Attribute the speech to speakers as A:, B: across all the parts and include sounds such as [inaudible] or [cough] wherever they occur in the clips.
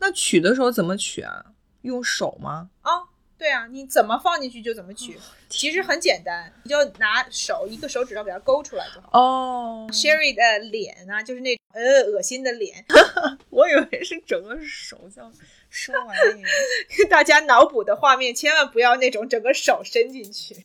A: 那取的时候怎么取啊？用手吗？
B: 啊，对啊，你怎么放进去就怎么取，其实很简单，你就拿手一个手指头给它勾出来就好。
A: 哦，
B: Sherry 的脸啊，就是那种呃恶心的脸， [laughs]
A: 我以为是整个手像收完那个。
B: 大家脑补的画面，千万不要那种整个手伸进去。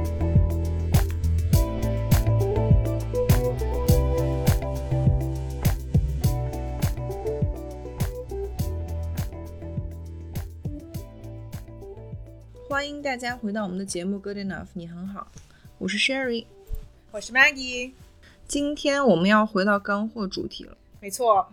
A: 欢迎大家回到我们的节目《Good Enough》，你很好，我是 Sherry。
B: 我是 Maggie，
A: 今天我们要回到干货主题了，
B: 没错，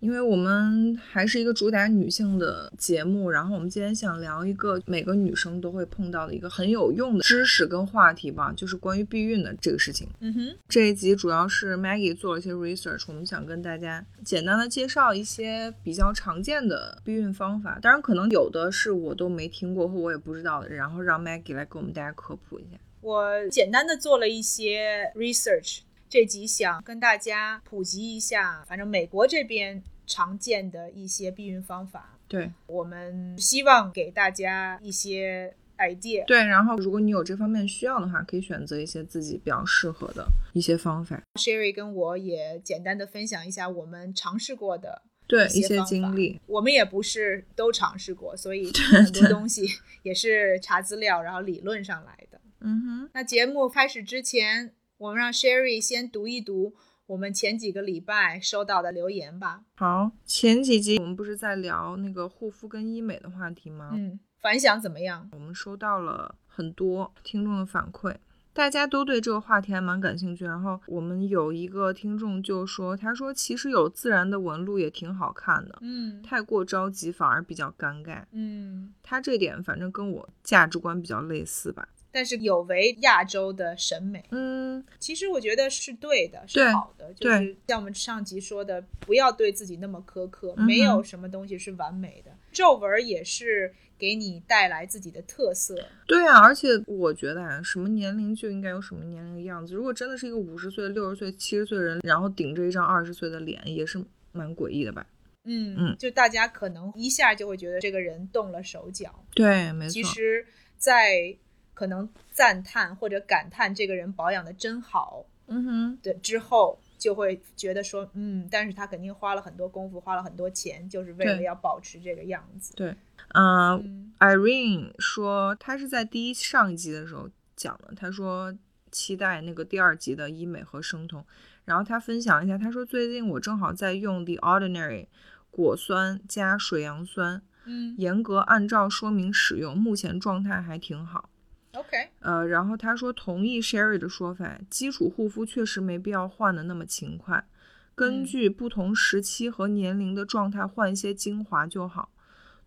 A: 因为我们还是一个主打女性的节目，然后我们今天想聊一个每个女生都会碰到的一个很有用的知识跟话题吧，就是关于避孕的这个事情。
B: 嗯哼，
A: 这一集主要是 Maggie 做了一些 research，我们想跟大家简单的介绍一些比较常见的避孕方法，当然可能有的是我都没听过或我也不知道的，然后让 Maggie 来给我们大家科普一下。
B: 我简单的做了一些 research，这集想跟大家普及一下，反正美国这边常见的一些避孕方法，
A: 对
B: 我们希望给大家一些 idea。
A: 对，然后如果你有这方面需要的话，可以选择一些自己比较适合的一些方法。
B: Sherry 跟我也简单的分享一下我们尝试过的，
A: 对
B: 一
A: 一
B: 些
A: 些
B: 方法
A: 经历，
B: 我们也不是都尝试过，所以很多
A: [laughs]
B: 东西也是查资料然后理论上来的。
A: 嗯哼，
B: 那节目开始之前，我们让 Sherry 先读一读我们前几个礼拜收到的留言吧。
A: 好，前几集我们不是在聊那个护肤跟医美的话题吗？
B: 嗯，反响怎么样？
A: 我们收到了很多听众的反馈，大家都对这个话题还蛮感兴趣。然后我们有一个听众就说，他说其实有自然的纹路也挺好看的，
B: 嗯
A: 太过着急反而比较尴尬。
B: 嗯，
A: 他这点反正跟我价值观比较类似吧。
B: 但是有违亚洲的审美，
A: 嗯，
B: 其实我觉得是对的，是
A: 对
B: 好的。就
A: 对
B: 是像我们上集说的，不要对自己那么苛刻，
A: 嗯哼
B: 没有什么东西是完美的。皱纹也是给你带来自己的特色。
A: 对啊，而且我觉得啊，什么年龄就应该有什么年龄的样子。如果真的是一个五十岁、六十岁、七十岁的人，然后顶着一张二十岁的脸，也是蛮诡异的吧？
B: 嗯
A: 嗯
B: 就大家可能一下就会觉得这个人动了手脚。
A: 对，没
B: 其实，在可能赞叹或者感叹这个人保养的真好
A: 嗯哼，
B: 的之后，就会觉得说，嗯，但是他肯定花了很多功夫，花了很多钱，就是为了
A: 对
B: 要保持这个样子。
A: 嗯、
B: 嗯
A: Irene 说，她是在第一上一集的时候讲的，她说期待那个第二集的医美和生酮，然后她分享一下，她说最近我正好在用 The Ordinary 果酸加水杨酸，
B: 嗯
A: 严格按照说明使用，目前状态还挺好。
B: ，OK，
A: 呃，然后她说同意 Sherry 的说法，基础护肤确实没必要换的那么勤快，根
B: 嗯
A: 据不同时期和年龄的状态换一些精华就好。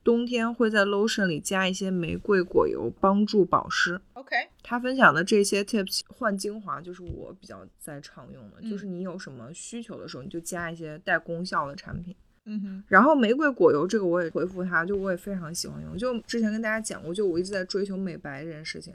A: 冬天会在 lotion 里加一些玫瑰果油，帮助保湿。
B: OK，
A: 她分享的这些 tips 换精华就是我比较在常用的，
B: 嗯
A: 就是你有什么需求的时候，你就加一些带功效的产品。
B: 嗯哼，
A: 然后玫瑰果油这个我也回复他，就我也非常喜欢用。就之前跟大家讲过，就我一直在追求美白这件事情。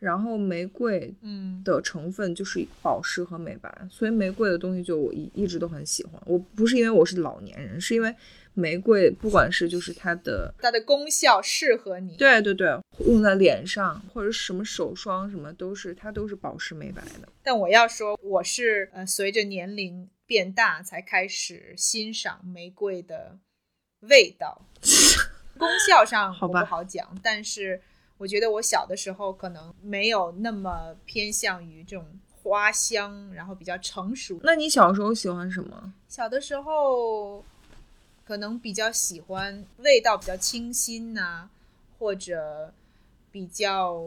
A: 然后玫瑰
B: 嗯
A: 的成分就是保湿和美白，所以玫瑰的东西就我一一直都很喜欢。我不是因为我是老年人，是因为玫瑰不管是就是它的，
B: 它的功效适合你。，
A: 对对对，用在脸上或者什么手霜什么都是它都是保湿美白的。
B: 但我要说，我是呃，随着年龄变大才开始欣赏玫瑰的味道。功效上
A: 好
B: 我
A: 吧
B: 不好讲，但是我觉得我小的时候可能没有那么偏向于这种花香，然后比较成熟。
A: 那你小时候喜欢什么？
B: 小的时候可能比较喜欢味道比较清新呐、或者比较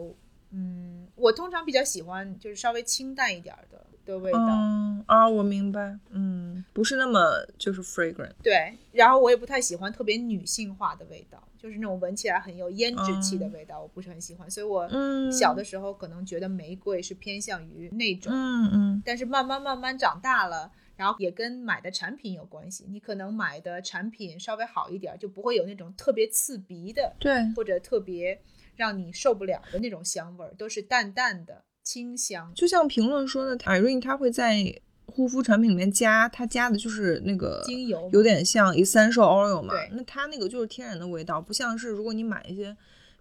B: 嗯，我通常比较喜欢就是稍微清淡一点儿的的味道。
A: 嗯啊，我明白，嗯，不是那么就是 fragrant，
B: 对，然后我也不太喜欢特别女性化的味道，就是那种闻起来很有胭脂气的味道，我不是很喜欢。所以我
A: 嗯
B: 小的时候可能觉得玫瑰是偏向于那种，
A: 嗯嗯
B: 但是慢慢慢慢长大了，然后也跟买的产品有关系。你可能买的产品稍微好一点儿，就不会有那种特别刺鼻的，
A: 对，
B: 或者特别让你受不了的那种香味儿，都是淡淡的清香。
A: 就像评论说的，Irene 她会在护肤产品里面加，她加的就是那个
B: 精油
A: 有点像 essential oil 嘛
B: 对，
A: 那它那个就是天然的味道，不像是如果你买一些。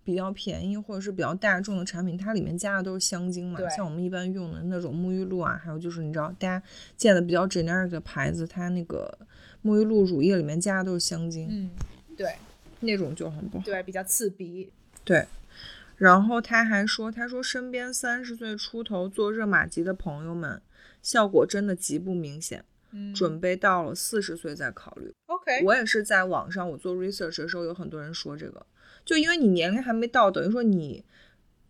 A: 比较便宜或者是比较大众的产品，它里面加的都是香精嘛
B: 对，
A: 像我们一般用的那种沐浴露啊，还有就是你知道大家见的比较 generic 的牌子，它那个沐浴露乳液里面加的都是香精，
B: 嗯，对
A: 那种就很不好。
B: 对，比较刺鼻。
A: 然后他还说，他说身边三十岁出头做热玛吉的朋友们，效果真的极不明显，
B: 嗯，
A: 准备到了四十岁再考虑。
B: OK，
A: 我也是在网上我做 research 的时候，有很多人说这个，就因为你年龄还没到，等于说你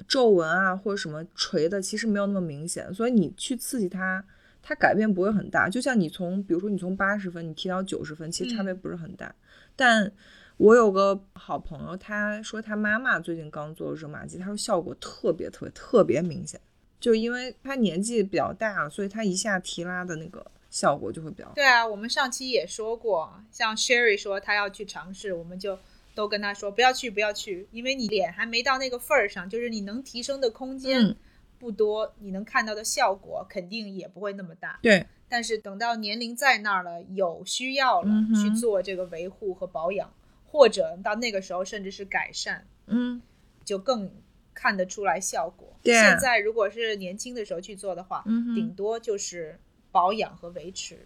A: 皱纹啊或者什么垂的其实没有那么明显，所以你去刺激它，它改变不会很大。就像你从比如说你从八十分你提到九十分，其实差别不是很大。但我有个好朋友，他说他妈妈最近刚做热玛吉，他说效果特别特别特别明显，就因为他年纪比较大，所以他一下提拉的那个效果就会比较
B: 对啊，我们上期也说过，像 Sherry 说她要去尝试，我们就都跟她说不要去，不要去，因为你脸还没到那个份儿上，就是你能提升的空间
A: 嗯
B: 不多，你能看到的效果肯定也不会那么大。
A: 对。
B: 但是等到年龄在那儿了，有需要了、
A: 嗯哼
B: 去做这个维护和保养，或者到那个时候甚至是改善，
A: 嗯，
B: 就更看得出来效果。
A: 对啊
B: 现在如果是年轻的时候去做的话，
A: 嗯哼
B: 顶多就是保养和维持。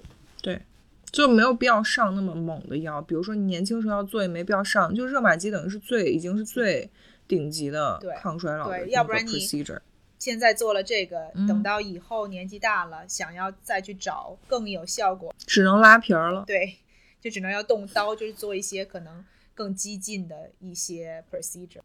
A: 就没有必要上那么猛的药。比如说你年轻时候要做，也没必要上。就热玛吉等于是最已经是最顶级的
B: 对
A: 抗衰老的
B: 对
A: 那个
B: 要不然你
A: procedure。
B: 现在做了这个，
A: 嗯
B: 等到以后年纪大了，想要再去找更有效果，
A: 只能拉皮儿了。
B: 对，就只能要动刀，就是做一些可能更激进的一些 procedure。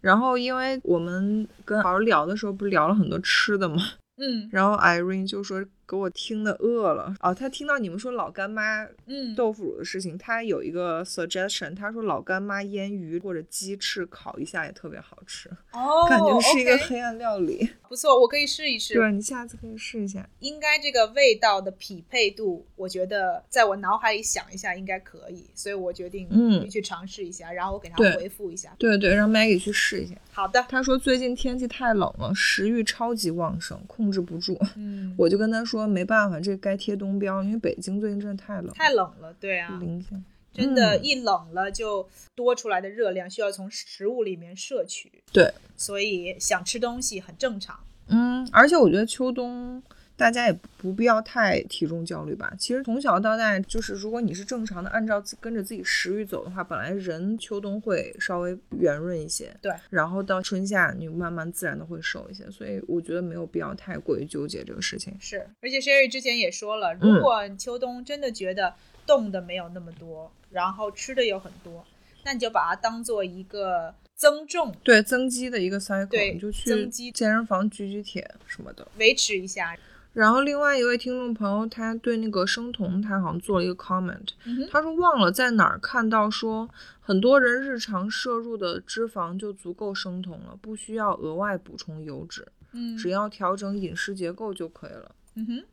A: 然后因为我们跟宝儿聊的时候，不是聊了很多吃的吗？ [laughs]
B: 嗯
A: 然后 Irene 就说给我听的饿了哦，她听到你们说老干妈
B: 嗯，
A: 豆腐乳的事情，她有一个 suggestion，她说老干妈腌鱼或者鸡翅烤一下也特别好吃，
B: 哦，
A: 感觉是一个
B: OK，
A: 黑暗料理。
B: 不错，我可以试一试。
A: 对，你下次可以试一下。
B: 应该这个味道的匹配度，我觉得在我脑海里想一下应该可以，所以我决定
A: 嗯
B: 去尝试一下，然后我给他
A: 对
B: 回复一下。
A: 对对，让 Maggie 去试一下。
B: 好的，
A: 他说最近天气太冷了，食欲超级旺盛，控制不住。
B: 嗯，
A: 我就跟他说没办法，这该贴冬膘，因为北京最近真的太冷，
B: 太冷了，对啊，
A: 零下。
B: 真的，
A: 嗯
B: 一冷了就多出来的热量需要从食物里面摄取，
A: 对，
B: 所以想吃东西很正常。
A: 嗯，而且我觉得秋冬大家也不必要太体重焦虑吧。其实从小到大，就是如果你是正常的按照自跟着自己食欲走的话，本来人秋冬会稍微圆润一些，
B: 对，
A: 然后到春夏你慢慢自然的会瘦一些，所以我觉得没有必要太过于纠结这个事情。
B: 是，而且 Sherry 之前也说了，
A: 嗯
B: 如果秋冬真的觉得冻的没有那么多，然后吃的有很多，那你就把它当做一个增重
A: 对增肌的一个 cycle，
B: 对
A: 你就去
B: 增肌
A: 健身房举举铁什么的。
B: 维持一下。
A: 然后另外一位听众朋友，他对那个生酮，他好像做了一个 comment，、
B: 嗯哼
A: 他说忘了在哪儿看到说，很多人日常摄入的脂肪就足够生酮了，不需要额外补充油脂，
B: 嗯
A: 只要调整饮食结构就可以了。
B: 嗯哼，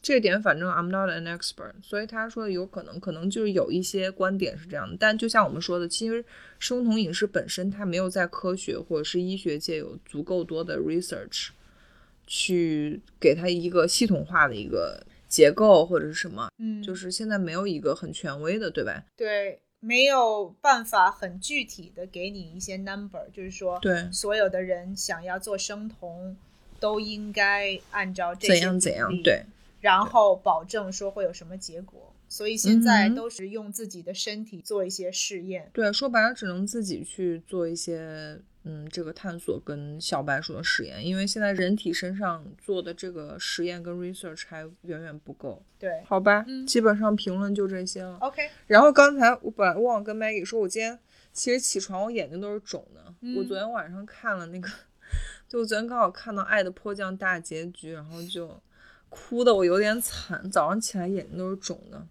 A: 这点反正 I'm not an expert，所以他说有可能，可能就是有一些观点是这样的，但就像我们说的，其实生酮饮食本身它没有在科学或者是医学界有足够多的 research 去给它一个系统化的一个结构或者是什么，
B: 嗯，
A: 就是现在没有一个很权威的，对吧？
B: 对，没有办法很具体的给你一些 number，就是说，
A: 对
B: 所有的人想要做生酮，都应该按照这些
A: 怎样怎样
B: 比例，
A: 对，
B: 然后保证说会有什么结果。所以现在
A: 嗯哼
B: 都是用自己的身体做一些试验，
A: 对，说白了只能自己去做一些嗯这个探索跟小白鼠的实验，因为现在人体身上做的这个实验跟 research 还远远不够。
B: 对
A: 好吧，
B: 嗯
A: 基本上评论就这些了。
B: ，OK，
A: 然后刚才我本来忘了跟 Maggie 说，我今天其实起床我眼睛都是肿的。
B: 嗯
A: 我昨天晚上看了那个， [laughs] 就我昨天刚好看到《爱的迫降》大结局，然后就哭的我有点惨，早上起来眼睛都是肿
B: [laughs]
A: 的。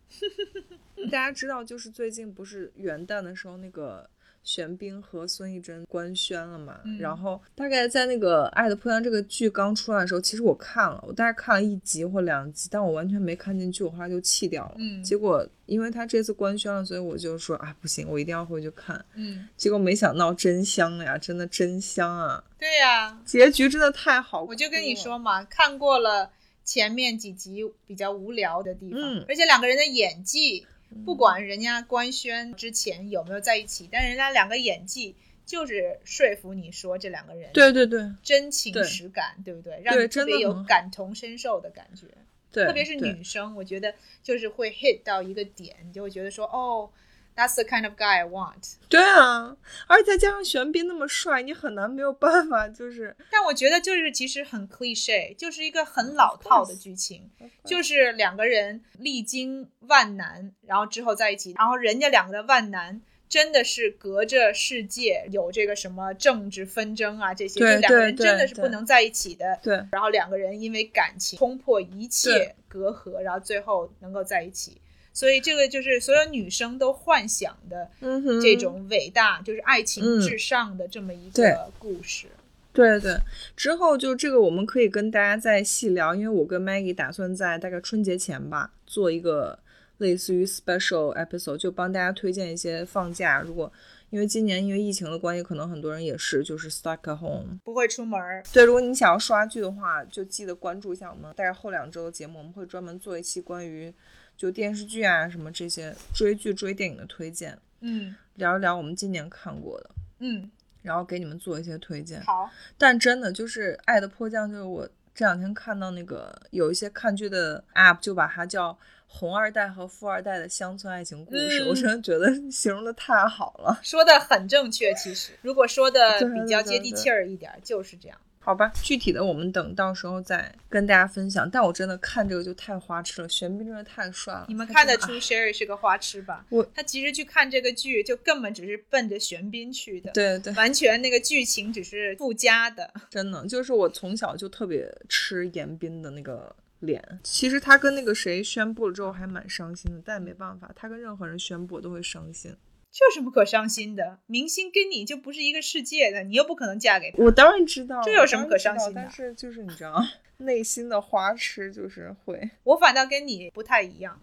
A: 大家知道，就是最近不是元旦的时候，那个玄彬和孙艺珍官宣了嘛？
B: 嗯
A: 然后大概在那个《爱的迫降》这个剧刚出来的时候，其实我看了，我大概看了一集或两集，但我完全没看进去，我后来就弃掉了。
B: 嗯
A: 结果因为他这次官宣了，所以我就说啊，不行，我一定要回去看。
B: 嗯，
A: 结果没想到真香呀，真的真香啊！
B: 对呀、
A: 结局真的太好哭了，
B: 我就跟你说嘛，看过了前面几集比较无聊的地方，
A: 嗯
B: 而且两个人的演技，
A: 嗯，
B: 不管人家官宣之前有没有在一起，但人家两个演技就是说服你说这两个人
A: 对对对
B: 真情
A: 对
B: 实感，对不对？让
A: 对
B: 你特
A: 真的
B: 别有
A: 很好
B: 感同身受的感觉，
A: 对，
B: 特别是
A: 对
B: 女生，我觉得就是会 hit 到一个点，你就会觉得说，哦，that's the kind of guy I want。
A: 对啊，而且再加上玄彬那么帅，你很难没有办法就是
B: 但我觉得就是其实很 cliche，就是一个很老套的
A: course
B: 剧情。就是两个人历经万难，然后之后在一起，然后人家两个的万难真的是隔着世界有这个什么政治纷争啊这些，就
A: 对
B: 两个人
A: 对
B: 真的是
A: 对
B: 不能在一起的。
A: 对
B: 然后两个人因为感情冲破一切
A: 对
B: 隔阂，然后最后能够在一起。所以这个就是所有女生都幻想的
A: 嗯哼
B: 这种伟大，就是爱情
A: 嗯
B: 至上的这么一
A: 对
B: 个故事。
A: 对对，之后就这个我们可以跟大家再细聊，因为我跟 Maggie 打算在大概春节前吧做一个类似于 special episode，就帮大家推荐一些放假，如果。因为今年因为疫情的关系，可能很多人也是就是 stuck at home。
B: 不会出门儿，
A: 对，如果你想要刷剧的话，就记得关注一下我们。大概后两周的节目，我们会专门做一期关于就电视剧啊什么这些追剧追电影的推荐，
B: 嗯
A: 聊一聊我们今年看过的，
B: 嗯，
A: 然后给你们做一些推荐。
B: 好，
A: 但真的就是《爱的迫降》，就是我这两天看到那个有一些看剧的 app 就把它叫红二代和富二代的乡村爱情故事，
B: 嗯
A: 我真的觉得 [laughs] 形容的太好了。
B: 说的很正确，其实如果说的
A: 对
B: 比较接地气儿一点儿，就是这样。
A: 好吧，具体的我们等到时候再跟大家分享。但我真的看这个就太花痴了，玄彬真的太帅了。
B: 你们
A: 他
B: 看
A: 真
B: 得
A: 的
B: 出 Sherry 是个花痴吧？
A: 我
B: 他其实去看这个剧，就根本只是奔着玄彬去的，
A: 对对，
B: 完全那个剧情只是附加的。
A: 真的就是我从小就特别吃严彬的那个脸。其实他跟那个谁宣布了之后还蛮伤心的，但也没办法，他跟任何人宣布我都会伤心。
B: 这有什么可伤心的？明星跟你就不是一个世界的，你又不可能嫁给他。
A: 我当然知道，
B: 这
A: 我
B: 有什么
A: 当然
B: 可
A: 知
B: 伤
A: 道
B: 心的
A: 但是就是你 [laughs] 知道，内心的花痴就是会。
B: 我反倒跟你不太一样，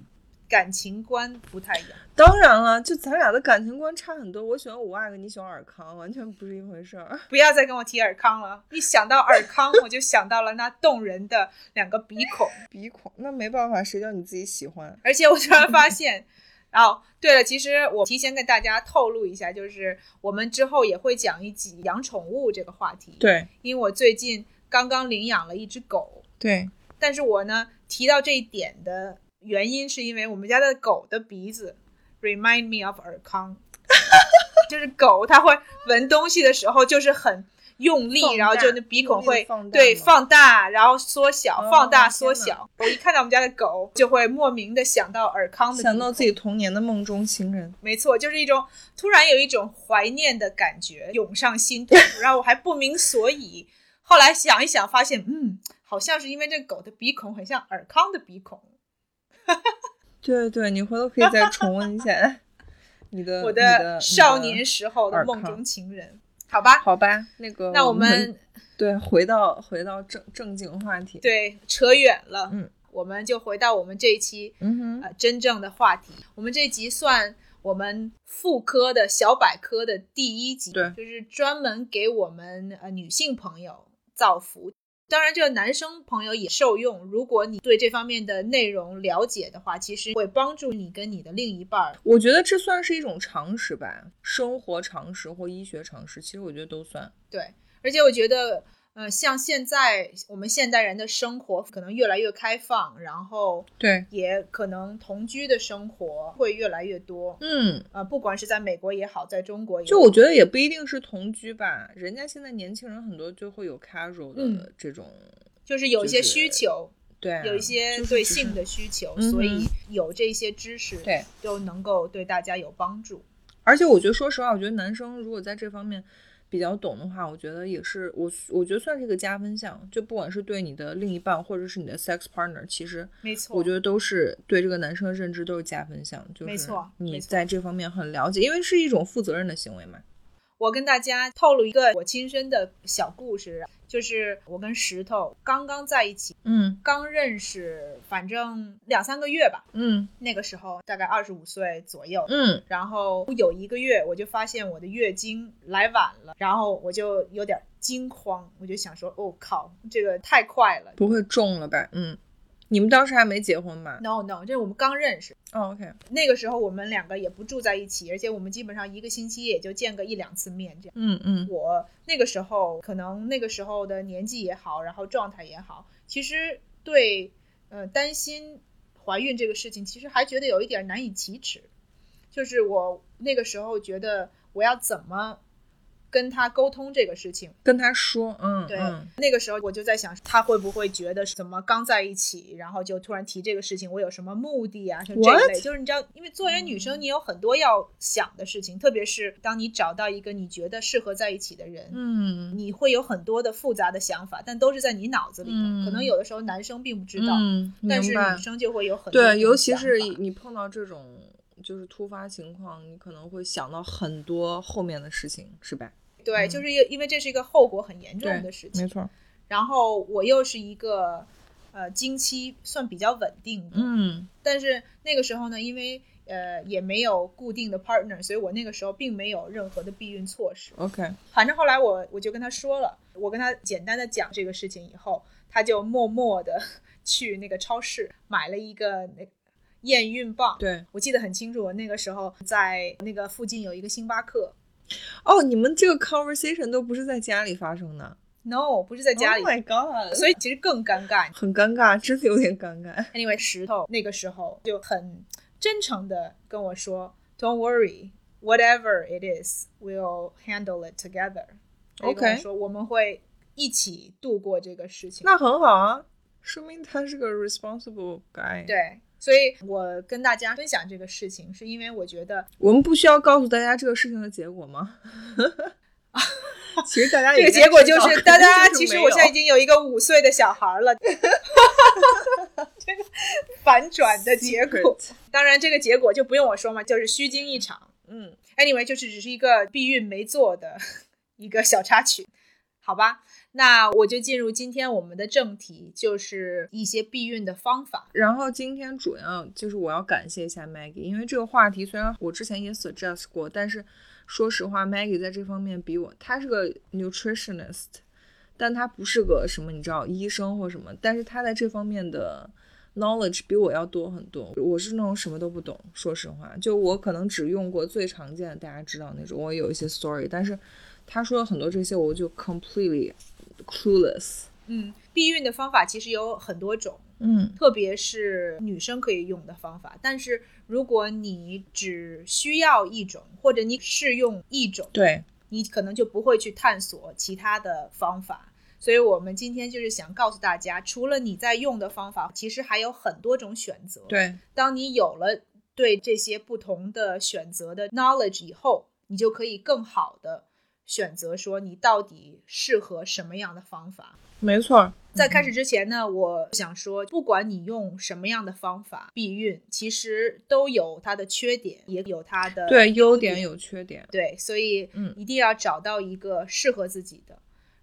B: 感情观不太一样。
A: 当然了，就咱俩的感情观差很多，我喜欢五阿哥，你喜欢尔康，完全不是一回事儿。
B: 不要再跟我提尔康了，一想到尔康，我就想到了那动人的两个鼻孔。
A: 鼻孔，那没办法，谁叫你自己喜欢？
B: 而且我突然发现，哦，对了，其实我提前跟大家透露一下，就是我们之后也会讲一集养宠物这个话题。，
A: 对
B: 因为我最近刚刚领养了一只狗，
A: 对，
B: 但是我呢提到这一点的原因，是因为我们家的狗的鼻子 remind me of 尔
A: [laughs]
B: 康，就是狗它会闻东西的时候就是很。用力
A: 放，大
B: 然后就那鼻
A: 用
B: 孔
A: 力
B: 会
A: 地放大
B: 对
A: 吗
B: 放大，然后缩小，
A: 哦
B: 放大
A: 天
B: 缩
A: 哪
B: 小。我一看到我们家的狗，就会莫名的想到尔康的，
A: 想到自己，童年的梦中情人，
B: 没错，就是一种突然有一种怀念的感觉涌上心头，然后我还不明所以。后来想一想，发现嗯，好像是因为这狗的鼻孔很像尔康的鼻孔，
A: 对对，你回头可以 [laughs] 再重温一下你的
B: 我
A: 呃你的
B: 的少
A: 你的
B: 年时候的
A: 尔
B: 梦
A: 康
B: 中情人。好吧，
A: 好吧，那个
B: 那我
A: 我
B: 们
A: 对回到回到正正经话题，，
B: 对扯远了，
A: 嗯，
B: 我们就回到我们这一期
A: 嗯哼，
B: 呃真正的话题。我们这集算我们妇科的小百科的第一集，
A: 对
B: 就是专门给我们呃女性朋友造福。当然，这个男生朋友也受用。如果你对这方面的内容了解的话，其实会帮助你跟你的另一半儿。
A: 我觉得这算是一种常识吧，生活常识或医学常识，其实我觉得都算。
B: 对，而且我觉得，呃，像现在我们现代人的生活可能越来越开放，然后
A: 对，
B: 也可能同居的生活会越来越多。
A: 嗯，
B: 呃，不管是在美国也好，在中国也好，
A: 就我觉得也不一定是同居吧，人家现在年轻人很多就会有 casual
B: 嗯
A: 的这种，
B: 就是有一些
A: 就是
B: 需求，
A: 对啊，
B: 有一些
A: 就是
B: 对
A: 只
B: 性
A: 是
B: 的需求，
A: 嗯哼
B: 所以有这些知识，
A: 对，
B: 都能够对大家有帮助。
A: 而且我觉得，说实话，我觉得男生如果在这方面比较懂的话，我觉得也是我我觉得算是一个加分项。就不管是对你的另一半，或者是你的 sex partner，其实
B: 没错，
A: 我觉得都是对这个男生的认知都是加分项。就是
B: 没错
A: 你
B: 没错
A: 在这方面很了解，因为是一种负责任的行为嘛。
B: 我跟大家透露一个我亲身的小故事，就是我跟石头刚刚在一起，
A: 嗯
B: 刚认识，反正两三个月吧，
A: 嗯
B: 那个时候大概二十五岁左右。
A: 嗯
B: 然后有一个月，我就发现我的月经来晚了，然后我就有点惊慌，我就想说，哦靠，这个太快了。
A: 不会中了吧？嗯，你们当时还没结婚吧、
B: No no，这是我们刚认识，
A: 哦 o k
B: 那个时候我们两个也不住在一起，而且我们基本上一个星期也就见个一两次面这样。
A: 嗯嗯
B: 我那个时候可能那个时候的年纪也好，然后状态也好，其实对呃担心怀孕这个事情，其实还觉得有一点难以启齿。就是我那个时候觉得我要怎么跟他沟通这个事情，
A: 跟他说，嗯，
B: 对
A: 嗯
B: 那个时候我就在想，他会不会觉得怎么刚在一起，然后就突然提这个事情，我有什么目的啊？就这一
A: What？
B: 类，就是你知道，因为作为女生，你有很多要想的事情，特别是当你找到一个你觉得适合在一起的人，
A: 嗯，
B: 你会有很多的复杂的想法，但都是在你脑子里的。
A: 嗯
B: 可能有的时候男生并不知道，
A: 嗯、
B: 但是
A: 明白
B: 女生就会有很多
A: 对，
B: 这种
A: 尤其是
B: 想法
A: 你碰到这种就是突发情况，你可能会想到很多后面的事情，是吧？
B: 对，
A: 嗯
B: 就是因为这是一个后果很严重的事情。
A: 错。
B: 然后我又是一个呃经期算比较稳定的，
A: 嗯
B: 但是那个时候呢，因为呃也没有固定的 partner，所以我那个时候并没有任何的避孕措施。
A: ，OK，
B: 反正后来我我就跟他说了，我跟他简单的讲这个事情以后，他就默默的去那个超市买了一个那个验孕棒。
A: 对。
B: 我记得很清楚，我那个时候在那个附近有一个星巴克
A: 哦，你们这个 conversation 都不是在家里发生的，
B: ，no，不是在家里
A: Oh my God，
B: 所以其实更尴尬。
A: 很尴尬，真的有点尴尬。
B: Anyway，石头那个时候就很真诚的跟我说，Don't worry。Whatever it is, we'll handle it together. 他就跟我
A: OK
B: 说我们会一起度过这个事情。
A: 那很好啊，说明他是个 responsible guy。，
B: 对，所以我跟大家分享这个事情，是因为我觉得
A: 我们不需要告诉大家这个事情的结果
B: [laughs]
A: 吗？其实大家
B: 这
A: 也
B: 个
A: 应该
B: 结果
A: 知
B: [laughs] 就
A: 道
B: 是，大家
A: 肯定就是
B: 其实
A: 没
B: 我现在已
A: 有
B: 经有一个五岁的小孩儿了。 [laughs] 这个反转的结果，
A: Secret
B: 当然这个结果就不用我说嘛，就是虚惊一场。
A: 嗯
B: Anyway，就是只是一个避孕没做的 [laughs] 一个小插曲，好吧？那我就进入今天我们的正题，就是一些避孕的方法。
A: 然后今天主要就是我要感谢一下 Maggie，因为这个话题虽然我之前也 suggest 过，但是说实话，Maggie 在这方面比我，她是个 nutritionist，但她不是个什么你知道医生或什么，但是她在这方面的 knowledge 比我要多很多。我是那种什么都不懂，说实话，就我可能只用过最常见的大家知道那种，我有一些 story，但是她说了很多这些，我就 completely clueless。
B: 嗯，避孕的方法其实有很多种。
A: 嗯
B: 特别是女生可以用的方法。但是如果你只需要一种，或者你试用一种，
A: 对，
B: 你可能就不会去探索其他的方法。所以我们今天就是想告诉大家，除了你在用的方法，其实还有很多种选择。，
A: 对，
B: 当你有了对这些不同的选择的 knowledge 以后，你就可以更好的选择说你到底适合什么样的方法。
A: 没错儿。
B: 在开始之前呢，我想说，不管你用什么样的方法避孕，其实都有它的缺点，也有它的
A: 对，优点有缺点。
B: 对，所以
A: 嗯
B: 一定要找到一个适合自己的。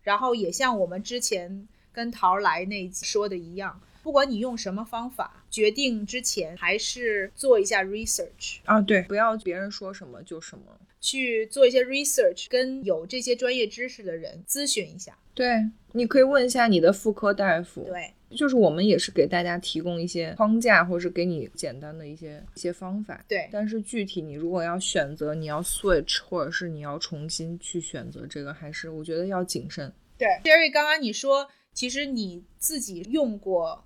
B: 然后也像我们之前跟桃儿来那一集说的一样，不管你用什么方法，决定之前还是做一下 research，
A: 啊，对，不要别人说什么就什么。
B: 去做一些 research，跟有这些专业知识的人咨询一下。
A: 对，你可以问一下你的妇科大夫。，
B: 对，
A: 就是我们也是给大家提供一些框架，或者给你简单的一些一些方法。
B: 对，
A: 但是具体你如果要选择，你要 switch，或者是你要重新去选择这个，还是我觉得要谨慎。
B: 对，Jerry，刚刚你说，其实你自己用过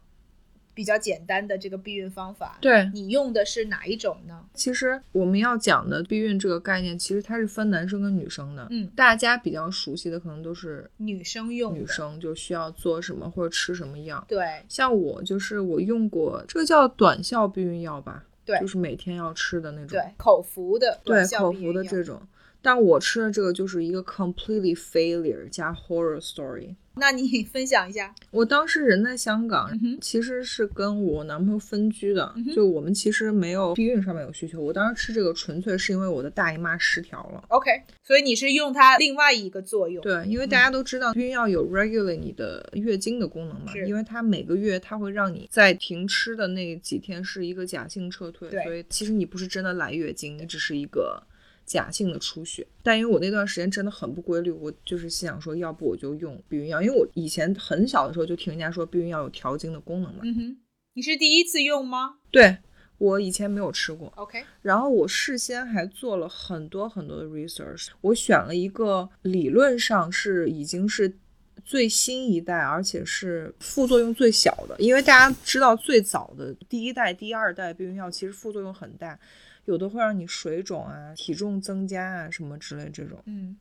B: 比较简单的这个避孕方法，
A: 对，
B: 你用的是哪一种呢？
A: 其实我们要讲的避孕这个概念，其实它是分男生跟女生的。
B: 嗯
A: 大家比较熟悉的可能都是
B: 女生用的
A: 女，生就需要做什么或者吃什么药。
B: 对
A: 像我就是我用过这个叫短效避孕药吧，
B: 对
A: 就是每天要吃的那种，
B: 对，口服的
A: 对
B: 短效
A: 口
B: 避孕
A: 服的
B: 药
A: 这种。但我吃的这个就是一个 completely failure 加 horror story。
B: 那你分享一下，
A: 我当时人在香港，
B: 嗯哼
A: 其实是跟我男朋友分居的，
B: 嗯哼
A: 就我们其实没有避孕上面有需求。我当时吃这个纯粹是因为我的大姨妈失调了。
B: OK，所以你是用它另外一个作用，
A: 对，因为大家都知道避孕药有 regulate 你的月经的功能嘛，
B: 是
A: 因为它每个月它会让你在停吃的那几天是一个假性撤退
B: 对，
A: 所以其实你不是真的来月经，你只是一个假性的出血。但因为我那段时间真的很不规律，我就是心想说，要不我就用避孕药，因为我以前很小的时候就听人家说避孕药有调经的功能嘛，
B: 嗯哼，你是第一次用吗
A: 对我以前没有吃过。
B: ？OK，
A: 然后我事先还做了很多很多的 research，我选了一个理论上是已经是最新一代，而且是副作用最小的，因为大家知道最早的第一代、第二代避孕药其实副作用很大，有的会让你水肿啊、体重增加啊什么之类这种。
B: 嗯，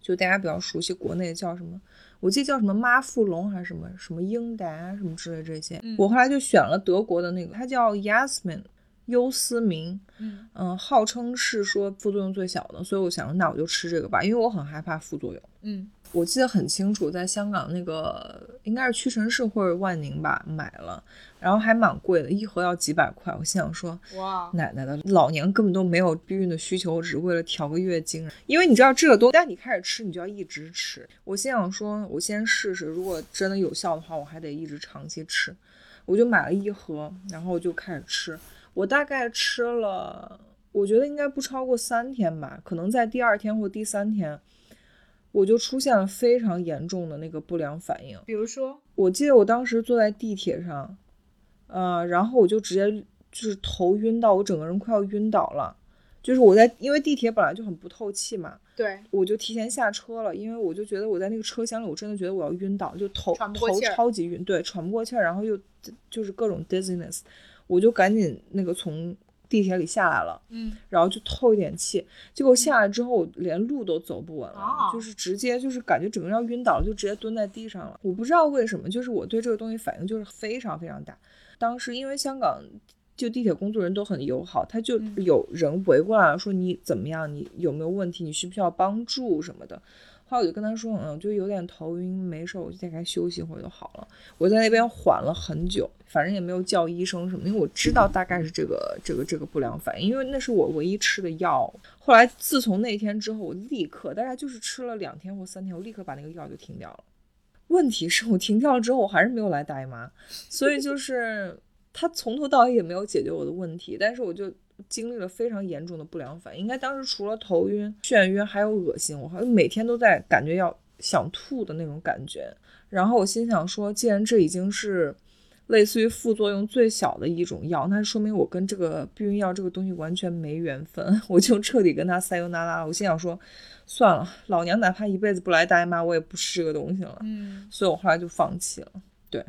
A: 就大家比较熟悉国内叫什么，我记得叫什么妈富隆还是什么什么英达啊什么之类这些。
B: 嗯
A: 我后来就选了德国的那个，它叫 Yasmin 优思明，
B: 嗯
A: 嗯，号称是说副作用最小的，所以我想那我就吃这个吧，因为我很害怕副作用。
B: 嗯
A: 我记得很清楚，在香港那个应该是屈臣氏或者万宁吧买了，然后还蛮贵的，一盒要几百块。我心想说，
B: 哇，哦
A: 奶奶的，老娘根本都没有避孕的需求，我只是为了调个月经。因为你知道这个东西，但你开始吃，你就要一直吃。我心想说，我先试试，如果真的有效的话，我还得一直长期吃。我就买了一盒，然后就开始吃。我大概吃了，我觉得应该不超过三天吧，可能在第二天或第三天，我就出现了非常严重的那个不良反应。
B: 比如说，
A: 我记得我当时坐在地铁上，呃，然后我就直接就是头晕到，我整个人快要晕倒了。就是我在，因为地铁本来就很不透气嘛，
B: 对，
A: 我就提前下车了，因为我就觉得我在那个车厢里，我真的觉得我要晕倒，就头
B: 喘不过
A: 头
B: 气儿
A: 超级晕，对，喘不过气儿，然后又就是各种 dizziness，我就赶紧那个从地铁里下来了。
B: 嗯
A: 然后就透一点气，结果下来之后我连路都走不稳了，
B: 哦
A: 就是直接就是感觉整个人要晕倒了，就直接蹲在地上了。我不知道为什么，就是我对这个东西反应就是非常非常大。当时因为香港就地铁工作人员都很友好，他就
B: 嗯
A: 有人围过来了说你怎么样，你有没有问题，你需不需要帮助什么的。后来我就跟他说，嗯，就有点头晕，没事儿，我就在该休息一会儿就好了。我在那边缓了很久，反正也没有叫医生什么，因为我知道大概是这个这个这个不良反应，因为那是我唯一吃的药。后来自从那天之后，我立刻大概就是吃了两天或三天，我立刻把那个药就停掉了。问题是我停掉了之后，我还是没有来大姨妈，所以就是他从头到尾也没有解决我的问题，但是我就经历了非常严重的不良反应。应该当时除了头晕、眩晕，还有恶心，我好像每天都在感觉要想吐的那种感觉。然后我心想说，既然这已经是类似于副作用最小的一种药，那说明我跟这个避孕药这个东西完全没缘分， [laughs] 我就彻底跟它塞尤那拉了。我心想说，算了，老娘哪怕一辈子不来大姨妈，我也不吃这个东西了。
B: 嗯
A: 所以我后来就放弃了。对，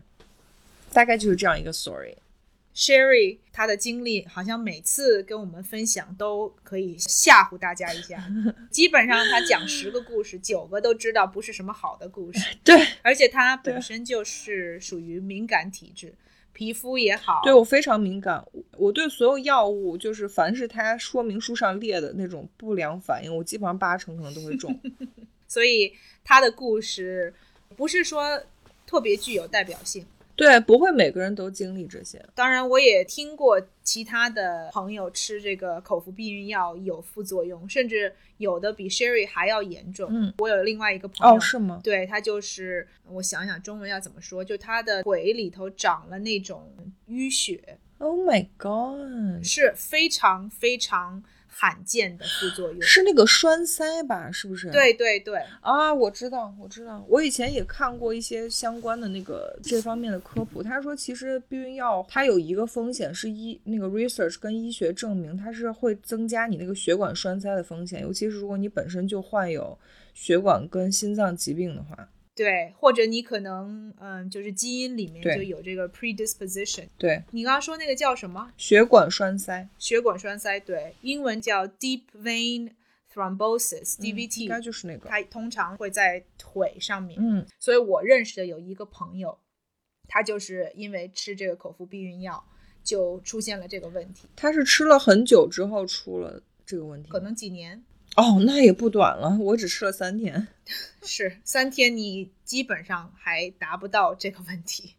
A: 大概就是这样一个 story。
B: ，Sherry 她的经历好像每次跟我们分享都可以吓唬大家一
A: [laughs]
B: 下，基本上她讲十个故事，九个都知道不是什么好的故
A: [laughs]
B: 事，
A: 对，
B: 而且她
A: 对
B: 本身就是属于敏感体质，皮肤也好，
A: 对我非常敏感，我我对所有药物，就是凡是它说明书上列的那种不良反应，我基本上八成可能都会 [laughs] 中。
B: 所以她的故事不是说特别具有代表性。
A: 对，不会每个人都经历这些。
B: 当然，我也听过其他的朋友吃这个口服避孕药有副作用，甚至有的比 Sherry 还要严重。
A: 嗯，
B: 我有另外一个朋友，
A: 哦，是吗？
B: 对他就是我想想中文要怎么说，就他的腿里头长了那种淤血，
A: Oh my god，
B: 是非常非常罕见的副作用。
A: 是那个栓塞吧？是不是？
B: 对对对，
A: 啊，我知道，我知道，我以前也看过一些相关的那个这方面的科普。他说，其实避孕药它有一个风险是医那个 research 跟医学证明，它是会增加你那个血管栓塞的风险，尤其是如果你本身就患有血管跟心脏疾病的话。
B: 对，或者你可能嗯，就是基因里面
A: 对
B: 就有这个 predisposition。
A: 对，
B: 你刚刚说那个叫什么？
A: 血管栓塞嗯
B: 血管栓塞，对，英文叫 deep vein
A: 嗯
B: thrombosis（DVT），、
A: 应该就是那个。
B: 它通常会在腿上面。
A: 嗯，
B: 所以我认识的有一个朋友，他就是因为吃这个口服避孕药，就出现了这个问题，
A: 它是吃了很久之后出了这个问题吗，
B: 可能几年。
A: 哦，那也不短了，我只吃了三
B: [laughs]
A: 天。
B: 是三天，你基本上还达不到这个问
A: [laughs]
B: 题。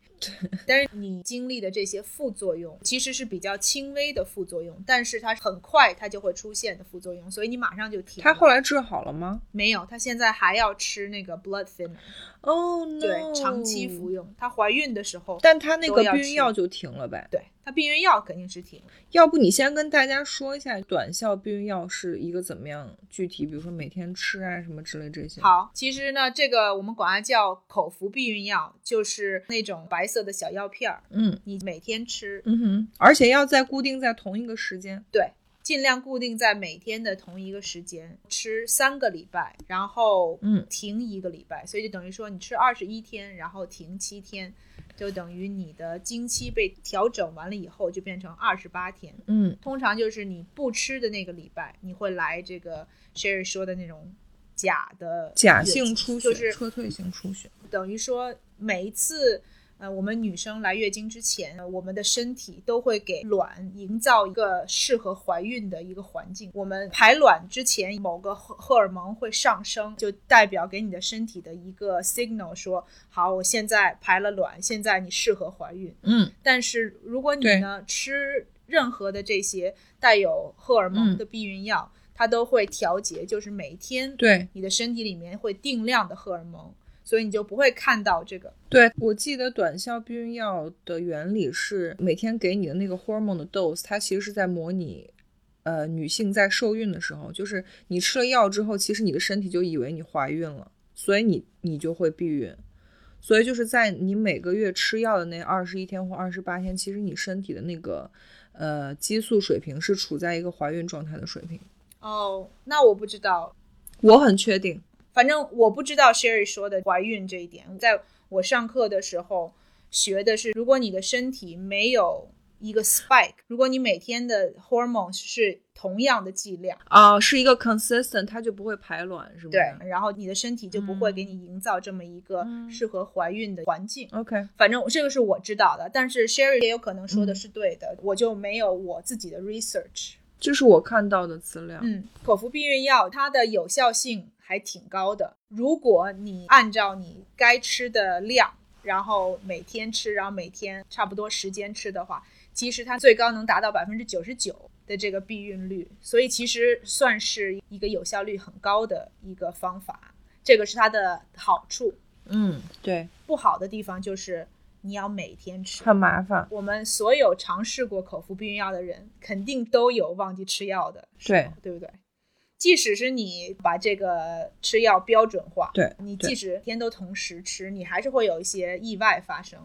B: 但是你经历的这些副作用其实是比较轻微的副作用，但是它很快它就会出现的副作用，所以你马上就停了。
A: 他后来治好了吗？
B: 没有，她现在还要吃那个 blood thinner，
A: 哦、no，
B: 对，长期服用。她怀孕的时候，
A: 但他那
B: 都
A: 个
B: 要
A: 避孕
B: 吃
A: 药就停了呗。
B: 对她避孕药肯定是停了。
A: 要不你先跟大家说一下短效避孕药是一个怎么样具体，比如说每天吃啊什么之类这些。，
B: 好，其实呢，这个我们管它叫口服避孕药，就是那种白色的小药片儿，
A: 嗯
B: 你每天吃，
A: 嗯哼，而且要在固定在同一个时间。
B: 对，尽量固定在每天的同一个时间吃三个礼拜，然后
A: 嗯
B: 停一个礼拜，所以就等于说你吃二十一天，然后停七天，就等于你的经期被调整完了以后就变成二十八天。
A: 嗯
B: 通常就是你不吃的那个礼拜，你会来这个 Sherry 说的那种假的
A: 假
B: 月
A: 性
B: 经
A: 出血，
B: 就是
A: 撤退性出血。
B: 等于说每一次，呃，我们女生来月经之前，呃我们的身体都会给卵营造一个适合怀孕的一个环境。我们排卵之前，某个荷荷尔蒙会上升，就代表给你的身体的一个 signal，说好，我现在排了卵，现在你适合怀孕。
A: 嗯
B: 但是如果你
A: 对
B: 呢吃任何的这些带有荷尔蒙
A: 嗯
B: 的避孕药，它都会调节，就是每天
A: 对
B: 你的身体里面会定量的荷尔蒙，所以你就不会看到这个。
A: 对，我记得短效避孕药的原理是每天给你的那个 hormone 的 dose，它其实是在模拟。呃，女性在受孕的时候，就是你吃了药之后，其实你的身体就以为你怀孕了，所以你你就会避孕。所以就是在你每个月吃药的那二十一天或二十八天，其实你身体的那个呃激素水平是处在一个怀孕状态的水平。
B: 哦，那我不知道，
A: 我很确定，
B: 反正我不知道 Sherry 说的怀孕这一点，在我上课的时候学的是，如果你的身体没有一个 spike，如果你每天的 hormone 是同样的剂量。
A: 啊、是一个 consistent，它就不会排卵，是不是？
B: 对，然后你的身体就不会给你营造这么一个
A: 嗯
B: 适合怀孕的环境。
A: ，OK，
B: 反正这个是我知道的，但是 Sherry 也有可能说
A: 嗯
B: 的是对的，我就没有我自己的 research。
A: 这是我看到的资料。
B: 嗯，口服避孕药它的有效性还挺高的，如果你按照你该吃的量，然后每天吃，然后每天差不多时间吃的话，其实它最高能达到百分之九十九的这个避孕率，所以其实算是一个有效率很高的一个方法，这个是它的好处。
A: 嗯，对，
B: 不好的地方就是你要每天吃。
A: 很麻烦。
B: 我们所有尝试过口服避孕药的人，肯定都有忘记吃药的时
A: 对
B: 候，对不对？即使是你把这个吃药标准化，
A: 对
B: 你
A: 对
B: 即使天都同时吃，你还是会有一些意外发生。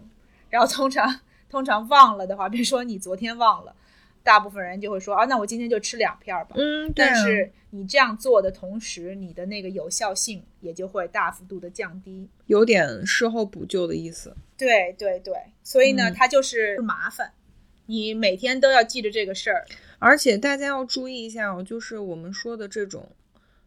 B: 然后通常通常忘了的话，别说你昨天忘了，大部分人就会说啊，那我今天就吃两片儿吧。
A: 嗯，对啊
B: 但是你这样做的同时，你的那个有效性也就会大幅度的降低。
A: 有点事后补救的意思。
B: 对对对，所以呢，
A: 嗯
B: 它就是麻烦，你每天都要记着这个事儿。
A: 而且大家要注意一下哦，就是我们说的这种，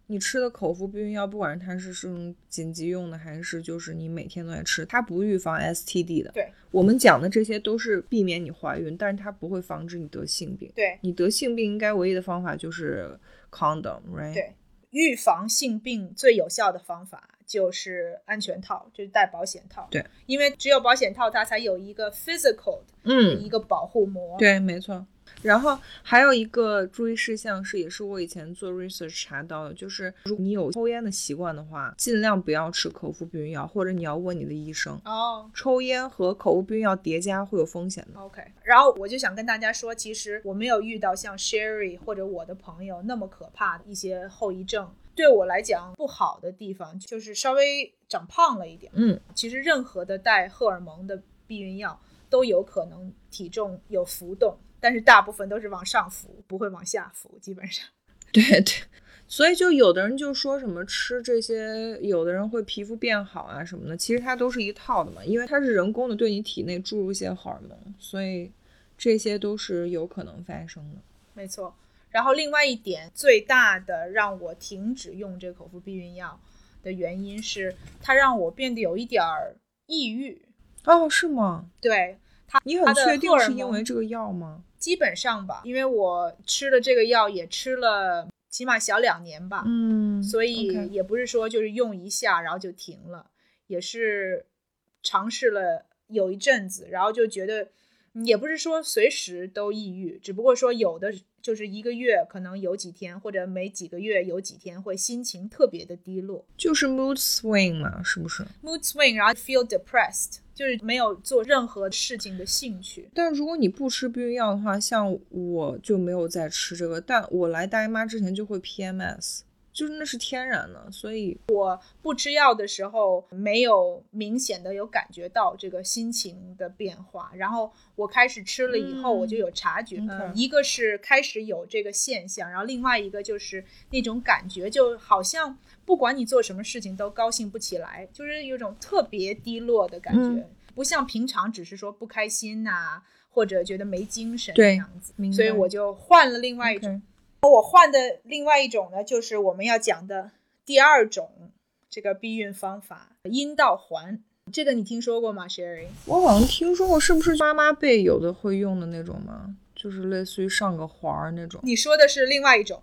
A: 你吃的口服避孕药，不管是它是是用紧急用的，还是就是你每天都在吃，它不预防 STD 的。
B: 对，
A: 我们讲的这些都是避免你怀孕，但是它不会防止你得性病。
B: 对
A: 你得性病应该唯一的方法就是 condom，right？
B: 对，预防性病最有效的方法就是安全套，就是戴保险套。
A: 对，
B: 因为只有保险套，它才有一个 physical 的
A: 嗯，
B: 一个保护膜。，
A: 对，没错。然后还有一个注意事项是，也是我以前做 research 查到的，就是如果你有抽烟的习惯的话，尽量不要吃口服避孕药，或者你要问你的医生。
B: 哦、
A: 抽烟和口服避孕药叠加会有风险的。
B: o k 然后我就想跟大家说，其实我没有遇到像 Sherry 或者我的朋友那么可怕的一些后遗症。对我来讲，不好的地方就是稍微长胖了一点。
A: 嗯，
B: 其实任何的带荷尔蒙的避孕药都有可能体重有浮动，但是大部分都是往上浮，不会往下浮，基本上。
A: 对对。 [laughs] 所以就有的人就说什么吃这些，有的人会皮肤变好啊什么的，其实它都是一套的嘛，因为它是人工的对你体内注入一些荷尔蒙，所以这些都是有可能发生的。
B: 没错。然后另外一点，最大的让我停止用这个口服避孕药的原因是，它让我变得有一点儿抑郁。
A: 哦，是吗？
B: 对，
A: 你
B: 它
A: 很
B: 的
A: 确定
B: 荷尔
A: 是因
B: 蒙
A: 为这个药吗？
B: 基本上吧，因为我吃了这个药也吃了起码小两年吧。
A: 嗯
B: 所以
A: OK
B: 也不是说就是用一下然后就停了，也是尝试了有一阵子，然后就觉得嗯也不是说随时都抑郁，只不过说有的就是一个月可能有几天，或者每几个月有几天会心情特别的低落
A: 就是 mood swing 嘛，是不是？
B: ，mood swing，然后 feel depressed，就是没有做任何事情的兴趣。
A: 但如果你不吃避孕药的话，像我就没有在吃这个，但我来大姨妈之前就会 PMS，就是那是天然的，所以
B: 不吃药的时候没有明显的有感觉到这个心情的变化，然后我开始吃了以后，
A: 嗯
B: 我就有察觉，
A: OK
B: 嗯一个是开始有这个现象，然后另外一个就是那种感觉，就好像不管你做什么事情都高兴不起来，就是有种特别低落的感觉，
A: 嗯
B: 不像平常只是说不开心呐、或者觉得没精神
A: 对
B: 这样子，
A: 明白
B: 所以我就换了另外一种。
A: OK
B: 我换的另外一种呢，就是我们要讲的第二种这个避孕方法——阴道环。这个你听说过吗，Sherry？
A: 我好像听说过，是不是妈妈辈有的会用的那种吗？就是类似于上个环儿那种。
B: 你说的是另外一种。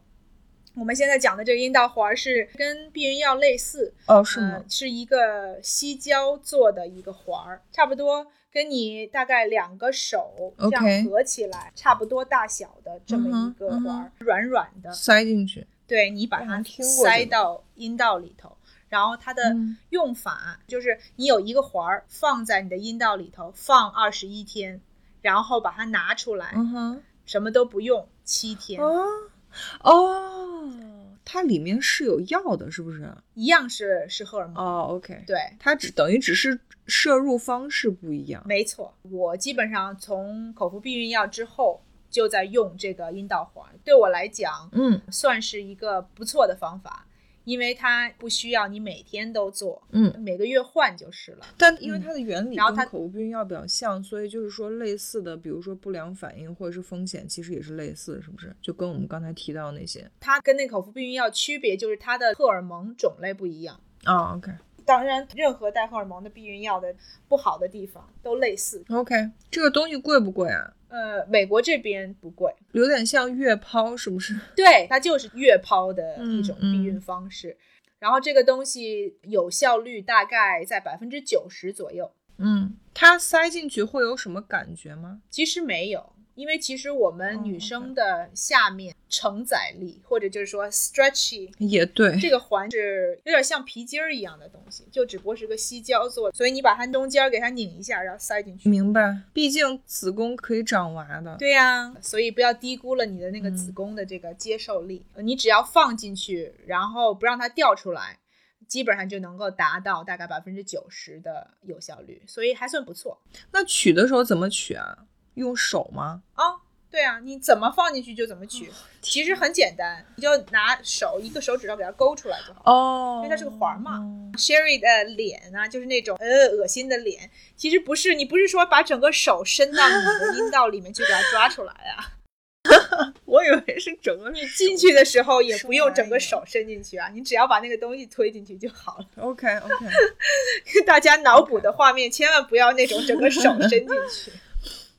B: 我们现在讲的这个阴道环是跟避孕药类似，
A: 哦，是吗
B: 呃？，是一个吸胶做的一个环儿，差不多跟你大概两个手这
A: OK
B: 样合起来差不多大小的这么一个
A: 嗯哼嗯
B: 环
A: 哼
B: 儿，软软的，
A: 塞进去。
B: 对你把
A: 我好
B: 它
A: 像听过这
B: 塞
A: 个
B: 到阴道里头，然后它的
A: 嗯
B: 用法就是你有一个环儿放在你的阴道里头放二十一天，然后把它拿出来，
A: 嗯哼。
B: 什么都不用七天，
A: 啊哦，它里面是有药的，是不是？
B: 一样是是荷尔蒙，
A: 哦，OK，
B: 对。
A: 它只等于只是摄入方式不一样。
B: 没错，我基本上从口服避孕药之后就在用这个阴道环，对我来讲，
A: 嗯
B: 算是一个不错的方法，因为它不需要你每天都做，
A: 嗯，
B: 每个月换就是了。
A: 但因为
B: 嗯
A: 它的原理
B: 然后
A: 跟
B: 它
A: 口服避孕药比较像，所以就是说类似的，比如说不良反应或者是风险，其实也是类似，是不是？就跟我们刚才提到那些。
B: 它跟那口服避孕药区别就是它的荷尔蒙种类不一样。
A: 啊，OK，OK、
B: 当然，任何带荷尔蒙的避孕药的不好的地方都类似。
A: o k o k 这个东西贵不贵啊？
B: 呃，美国这边不贵，
A: 有点像月抛，是不是？
B: 对，它就是月抛的一种
A: 嗯嗯
B: 避孕方式。然后这个东西有效率大概在百分之九十左右。
A: 嗯，它塞进去会有什么感觉吗？
B: 其实没有，因为其实我
A: 哦
B: 们
A: ，OK
B: 女生的下面承载力，或者就是说 stretchy
A: 也对，
B: 这个环是有点像皮筋儿一样的东西，就只不过是个吸胶做的，所以你把它中间儿给它拧一下，然后塞进去。
A: 明白。毕竟子宫可以长娃的。
B: 对呀、所以不要低估了你的那个
A: 嗯
B: 子宫的这个接受力，呃你只要放进去，然后不让它掉出来，基本上就能够达到大概百分之九十的有效率，所以还算不错
A: 那取的时候怎么取啊？用手吗？
B: 啊。对啊，你怎么放进去就怎么
A: 哦
B: 取，其实很简单，你就拿手一个手指头给它勾出来就好了。
A: 哦，
B: 因为它是个环儿嘛
A: 嘛。
B: Sherry 的脸啊，就是那种呃恶心的脸。其实不是，你不是说把整个手伸到你的阴道里面去给它抓出来啊？
A: [laughs] 我以为是整个
B: [laughs] 你进去的时候也
A: 手
B: 不用整个手伸进去啊，你只要把那个东西推进去就好了。 [laughs]
A: OK OK，
B: 大家脑补的画面千万不要那种整个手伸进去。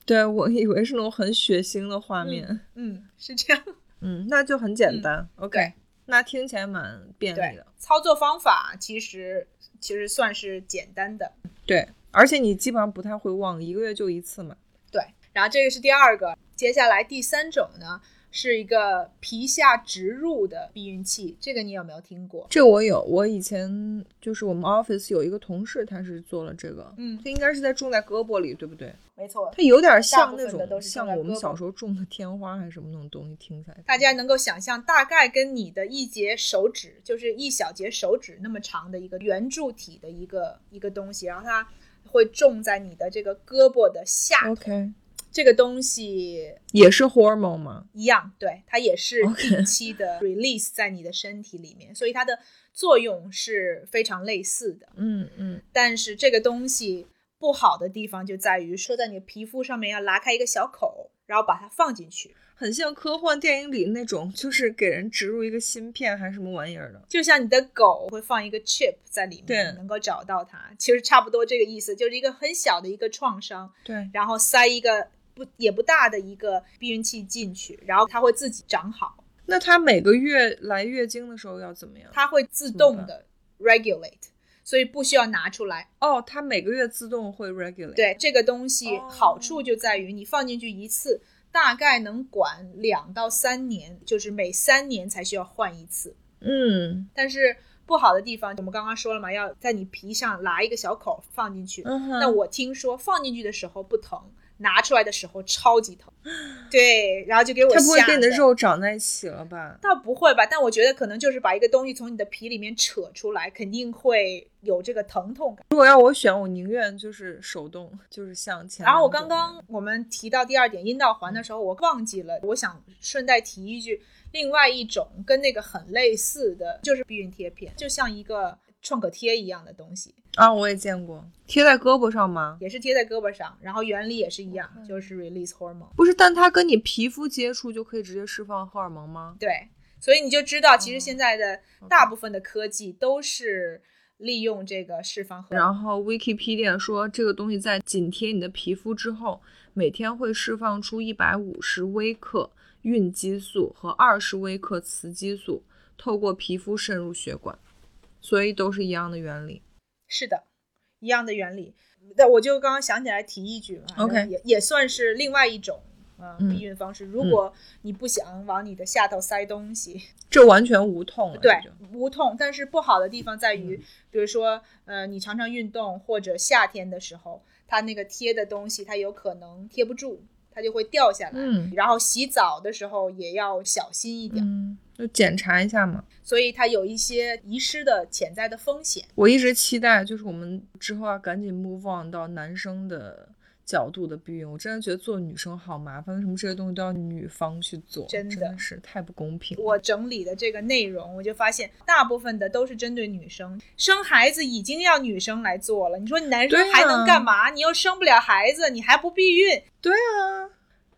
A: 对我以为是那种很血腥的画面。
B: 嗯，是这样。
A: 嗯，那就很简单。OK，
B: 对
A: 那听起来蛮便利
B: 对
A: 的。，
B: 操作方法其实其实算是简单的。
A: 对，而且你基本上不太会忘，一个月就一次嘛。
B: 对，然后这个是第二个，接下来第三种呢是一个皮下植入的避孕器，这个你有没有听过？
A: 这我有，我以前就是我们 office 有一个同事，他是做了这个，
B: 嗯，
A: 这应该是在种在胳膊里，对不对？
B: 没错，
A: 它有点
B: 大
A: 像
B: 部
A: 那
B: 分的
A: 种
B: 都是
A: 像
B: 种在
A: 我们
B: 胳膊
A: 小时候种的天花还是什么那种东西，听起来
B: 大家能够想象，大概跟你的一节手指，就是一小节手指那么长的一个圆柱体的一个一个东西，然后它会种在你的这个胳膊的下头。
A: OK
B: 这个东西
A: 也是 hormone 吗？
B: 一样，对，它也是
A: OK
B: 定期的 release 在你的身体里面，所以它的作用是非常类似的。
A: 嗯嗯，
B: 但是这个东西不好的地方就在于，说在你的皮肤上面要拉开一个小口，然后把它放进去，
A: 很像科幻电影里那种，就是给人植入一个芯片还是什么玩意儿的。
B: 就像你的狗会放一个 chip 在里面，
A: 对
B: 能够找到它，其实差不多这个意思，就是一个很小的一个创伤，
A: 对，
B: 然后塞一个不也不大的一个避孕器进去，然后它会自己长好。
A: 那她每个月来月经的时候要怎么样？
B: 它会自动的 regulate，所以不需要拿出来。
A: 哦，她每个月自动会 regulate。，
B: 对这个东西
A: 哦
B: 好处就在于你放进去一次，大概能管两到三年，就是每三年才需要换一次。
A: 嗯
B: 但是不好的地方，我们刚刚说了嘛，要在你皮上拉一个小口放进去。
A: 嗯哼，
B: 那我听说放进去的时候不疼，拿出来的时候超级疼。对，然后就给我
A: 它不会
B: 吓
A: 跟你的
B: 得
A: 肉长在一起了吧？
B: 倒不会吧，但我觉得可能就是把一个东西从你的皮里面扯出来，肯定会有这个疼痛感。
A: 如果要我选，我宁愿就是手动，就是向前。
B: 啊然后我刚刚我们提到第二点阴道环的时候，我忘记了，我想顺带提一句，另外一种跟那个很类似的就是避孕贴片，就像一个创可贴一样的东西，
A: 啊，我也见过贴在胳膊上吗？
B: 也是贴在胳膊上，然后原理也是一样，就是 release hormone。
A: 不是，但它跟你皮肤接触就可以直接释放荷尔蒙吗？
B: 对，所以你就知道，其实
A: 哦
B: 现在的大部分的科技都是利用这个释放荷尔蒙。
A: 然后 Wikipedia 说，这个东西在紧贴你的皮肤之后，每天会释放出一百五十微克孕激素和二十微克雌激素，透过皮肤渗入血管，所以都是一样的原理。
B: 是的，一样的原理。但我就刚刚想起来提一句嘛
A: OK
B: 也也算是另外一种呃
A: 嗯
B: 避孕方式。如果你不想往你的下头塞东西， [laughs]
A: 这完全无痛了，
B: 对
A: 这就，
B: 无痛，但是不好的地方在于，
A: 嗯
B: 比如说呃，你常常运动或者夏天的时候，它那个贴的东西它有可能贴不住，它就会掉下来。
A: 嗯
B: 然后洗澡的时候也要小心一点，
A: 嗯，就检查一下嘛。
B: 所以它有一些遗失的潜在的风险。
A: 我一直期待，就是我们之后要赶紧 move on 到男生的角度的避孕。我真的觉得做女生好麻烦，为什么这些东西都要女方去做？
B: 真
A: 真
B: 的
A: 是太不公平了。
B: 我整理的这个内容，我就发现大部分的都是针对女生，生孩子已经要女生来做了，你说你男
A: 对
B: 生
A: 啊
B: 还能干嘛？你又生不了孩子，你还不避孕？
A: 对啊，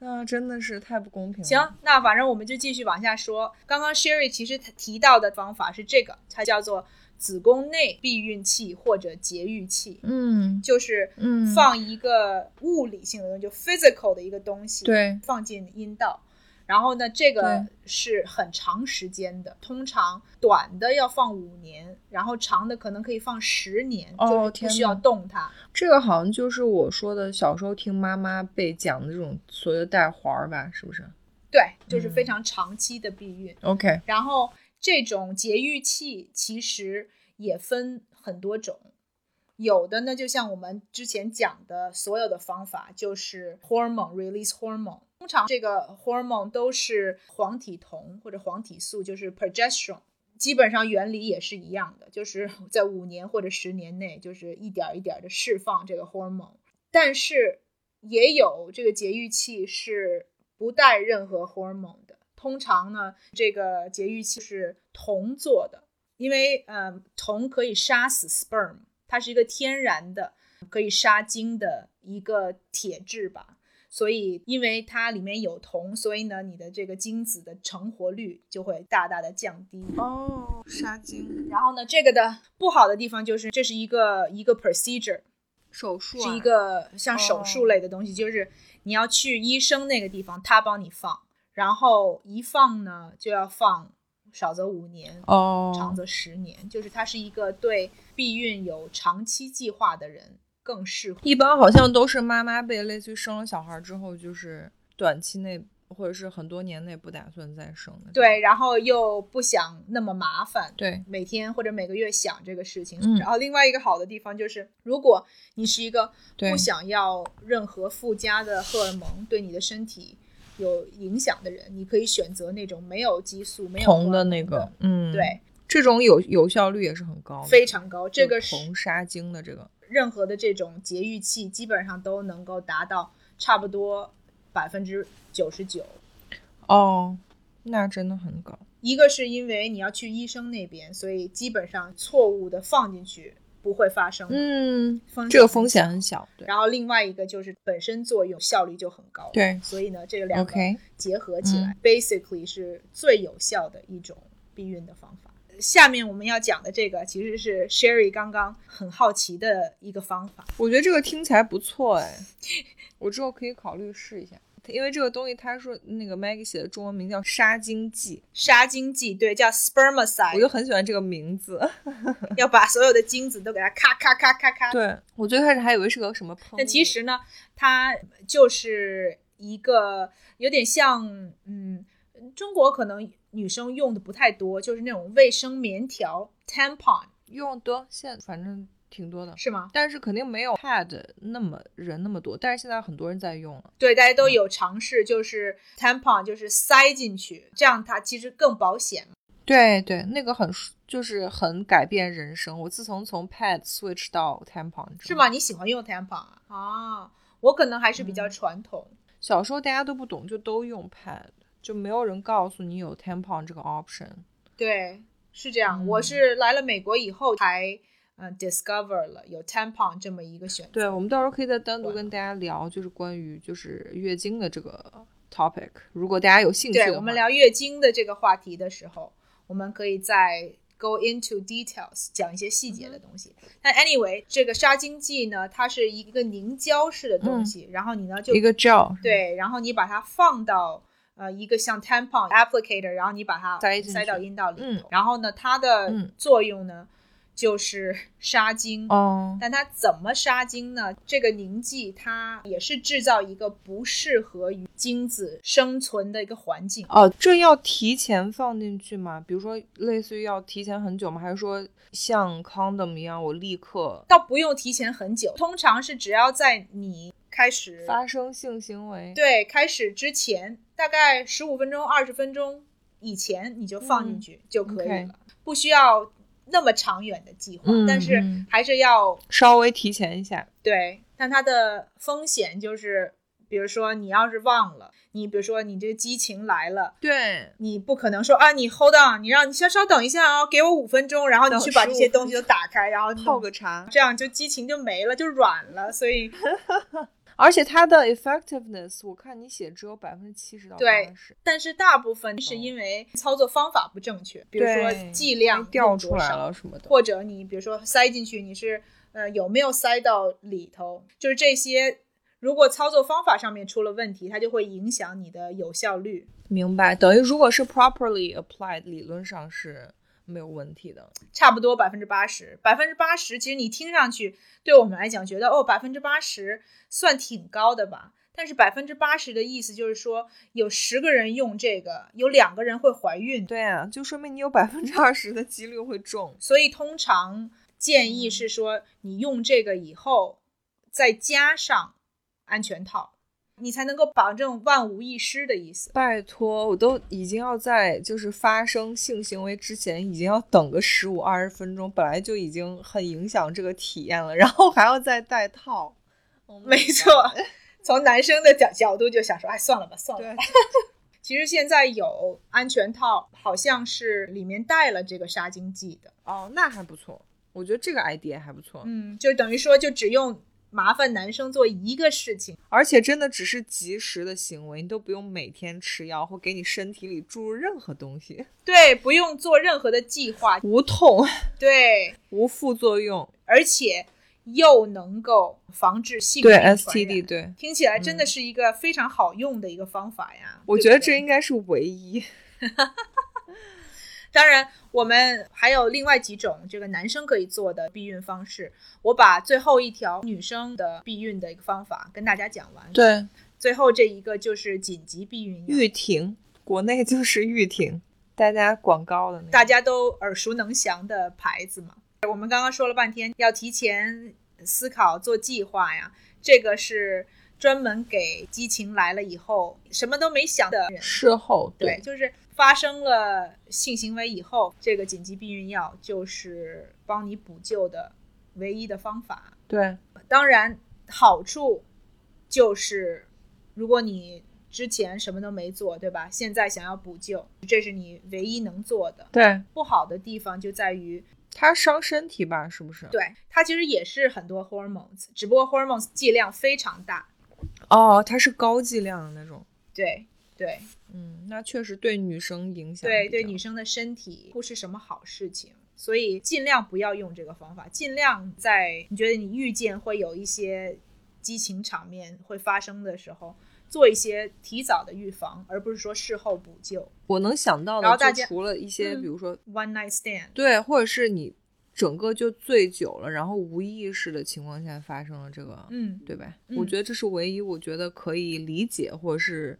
A: 啊，真的是太不公平了。
B: 行，那反正我们就继续往下说。刚刚 Sherry 其实提到的方法是这个，它叫做子宫内避孕器或者节育器，
A: 嗯
B: 就是
A: 嗯，
B: 放一个物理性的东西，就 physical 的一个东西，
A: 对，
B: 放进阴道。然后呢，这个
A: 对
B: 是很长时间的，通常短的要放五年，然后长的可能可以放十年，
A: 哦
B: 就是
A: 天
B: 不
A: 哪
B: 需要动它。
A: 这个好像就是我说的小时候听妈妈被讲的这种所谓的带环儿吧，是不是
B: 对，就是
A: 嗯
B: 非常长期的避孕。
A: ？OK，
B: 然后这种节育器其实也分很多种，有的呢就像我们之前讲的所有的方法，就是 hormone release hormone。通常这个 hormone 都是黄体酮或者黄体素，就是 progesterone。基本上原理也是一样的，就是在五年或者十年内，就是一点儿一点的释放这个 hormone。但是也有这个节育器是不带任何荷尔蒙的。通常呢，这个节育器是铜做的，因为呃，铜可以杀死 sperm，它是一个天然的可以杀精的一个铁质吧。所以，因为它里面有铜，所以呢，你的这个精子的成活率就会大大的降低。
A: 哦，杀精
B: 然后呢，这个的不好的地方就是，这是一个一个 procedure，
A: 手术
B: 是
A: 啊
B: 一个像手术
A: 哦
B: 类的东西，就是你要去医生那个地方，他帮你放，然后一放呢就要放少则五年，长
A: 哦，
B: 则十年，就是他是一个对避孕有长期计划的人更适合。
A: 一般好像都是妈妈辈，类似于生了小孩之后，就是短期内或者是很多年内不打算再生的。
B: 对，然后又不想那么麻烦，
A: 对，
B: 每天或者每个月想这个事情。
A: 嗯
B: 然后另外一个好的地方就是，如果你是一个
A: 对
B: 不想要任何附加的荷尔蒙对你的身体有影响的人，你可以选择那种没有激素、没有
A: 铜
B: 荷
A: 的
B: 尔蒙
A: 那个，嗯，，
B: 对，
A: 这种有有效率也是很高的，
B: 非常高。
A: 就
B: 这个是
A: 铜杀精的这个，
B: 任何的这种节育器基本上都能够达到差不多百分之九十九。
A: 哦，那真的很高。
B: 一个是因为你要去医生那边，所以基本上错误的放进去不会发生。
A: 嗯，
B: 风险
A: 这个
B: 很
A: 风险
B: 小
A: 很小，对
B: 然后另外一个就是本身作用效率就很高，
A: 对
B: 所以呢，这个两个
A: ，OK，嗯
B: 结合起来、b a s i c a l l y 是最有效的一种避孕的方法。下面我们要讲的这个其实是 Sherry 刚刚很好奇的一个方法，
A: [laughs] 我觉得这个听起来不错哎，我之后可以考虑试一下。因为这个东西，他说那个 Maggie 写的中文名叫杀精剂，
B: 杀精剂，对，叫
A: 我
B: spermicide，
A: 就很喜欢这个名 [laughs] 字。
B: 要把所有的精子都给它咔咔咔咔咔。
A: 对我最开始还以为是个什么喷雾，
B: 但其实呢，它就是一个有点像，嗯，中国可能女生用的不太多，就是那种卫生棉条 tampon
A: 用嗯多现反正挺多的，
B: 是吗？
A: 但是肯定没有 pad 那么人那么多，但是现在很多人在用了。
B: 对，大家都有尝试，就是 tampon 就是塞进去，这样它其实更保险。
A: 对对，那个很舒就是很改变人生。我自从从 pad switch 到 tampon 之后
B: 是吗？？你喜欢用 tampon 啊？啊，我可能还是比较
A: 嗯
B: 传统。
A: 小时候大家都不懂，就都用 pad，就没有人告诉你有 tampon 这个 option。
B: 对，是这样。
A: 嗯
B: 我是来了美国以后才嗯、呃 discover 了有 tampon 这么一个选择。
A: 对，我们到时候可以再单独跟大家聊，就是关于就是月经的这个 topic。如果大家有兴趣的话，
B: 对我们聊月经的这个话题的时候，我们可以再 go into details 讲一些细节
A: 嗯
B: 的东西。但 anyway，这个杀精剂呢，它是一个凝胶式的东西，然后你呢就
A: 嗯一个 gel，
B: 对，然后你把它放到呃一个像 tampon applicator，然后你把它
A: 塞进
B: 塞到
A: 去
B: 阴道里
A: 嗯
B: 头，然后呢它的
A: 嗯
B: 作用呢、就是 [laughs] 杀精。
A: 哦，
B: 但它怎么杀精呢？这个凝剂它也是制造一个不适合于精子生存的一个环境。
A: 哦，这要提前放进去吗？比如说，类似于要提前很久吗？还是说像 condom 一样，我立刻
B: 倒不用提前很久，通常是只要在你开始
A: 发生性行为？，
B: 对开始之前，大概十五分钟、二十分钟以前你就放进去就可以了，
A: 嗯 OK
B: 不需要那么长远的计划，
A: 嗯
B: 但是
A: 嗯
B: 还是要
A: 稍微提前一下。
B: 对，但它的风险就是，比如说你要是忘了，你比如说你这个激情来了。
A: 对，
B: 你不可能说啊，你 hold on，你让你稍稍等一下啊，给我五分钟，然后你
A: 等
B: 去把这些
A: 15分
B: 东西都打开，然后弄
A: 泡个茶。
B: 这样就激情就没了，就软了，所以
A: 而且它的 effectiveness，我看你写只有百分之七十到
B: 对
A: 八十，
B: 但是大部分是因为操作方法不正确，比如说
A: 哦对
B: 剂量
A: 掉
B: 用
A: 出
B: 多
A: 来
B: 少
A: 了，什么的。
B: 或者你比如说塞进去，你是呃有没有塞到里头，就是这些。如果操作方法上面出了问题，它就会影响你的有效率。
A: 明白，等于如果是 properly applied，理论上是没有问题的。
B: 差不多百分之八十，百分之八十，其实你听上去对我们来讲，觉得哦，百分之八十算挺高的吧。但是百分之八十的意思就是说，有十个人用这个，有两个人会怀孕，
A: 对啊，就说明你有百分之二十的几率会中。
B: 所以通常建
A: 嗯
B: 议是说，你用这个以后再加上安全套，你才能够保证万无一失的意思。
A: 拜托，我都已经要在就是发生性行为之前，已经要等个十五二十分钟，本来就已经很影响这个体验了，然后还要再戴 [laughs] 套。Oh my
B: 没
A: god
B: 错，从男生的角角度就想说，哎，算了吧，算了
A: 对
B: 吧。， [laughs] 其实现在有安全套，好像是里面带了这个杀精剂的，
A: 哦，那还不错，我觉得这个 idea 还不错，
B: 嗯，就等于说就只用麻烦男生做一个事情。
A: 而且真的只是及时的行为，你都不用每天吃药或给你身体里注入任何东西，
B: 对，不用做任何的计划，
A: 无痛、 [laughs]
B: 对，
A: 无副作用，
B: 而且又能够防治性
A: 对
B: 病传染
A: STD 对。
B: 听起来真的是一个非常好用的一个方法呀。
A: 嗯我
B: 对
A: 觉得
B: 不
A: 这
B: 对
A: 应该是唯一。
B: 当然，我们还有另外几种这个男生可以做的避孕方式。我把最后一条女生的避孕的一个方法跟大家讲完。，
A: 对，
B: 最后这一个就是紧急避孕药，
A: 玉婷，国内就是玉婷，大家广告的那个。
B: 大家都耳熟能详的牌子嘛。我们刚刚说了半天，要提前思考做计划呀，这个是专门给激情来了以后什么都没想的人
A: 事后
B: 对，就是发生了性行为以后，这个紧急避孕药就是帮你补救的唯一的方法。
A: 对
B: 当然，好处就是如果你之前什么都没做，对吧？现在想要补救，这是你唯一能做的。
A: 对，
B: 不好的地方就在于，
A: 它伤身体吧，是不是？
B: 对它其实也是很多 hormones，只不过 hormones 剂量非常大。
A: 哦，它是高剂量的那种。
B: 对对
A: 嗯，那确实对女生影响。
B: 对对，女。生的身体不是什么好事情，所以尽量不要用这个方法，尽量在你觉得你遇见会有一些激情场面会发生的时候，做一些提早的预防，而不是说事后补救。
A: 我能想到
B: 然后
A: 的，
B: 大
A: 就
B: 家
A: 除了一些，
B: 嗯
A: 比如说
B: One night stand，
A: 对，或者是你整个就醉酒了，然后无意识的情况下发生了这个，
B: 嗯，
A: 对吧？
B: 嗯
A: 我觉得这是唯一我觉得可以理解或者是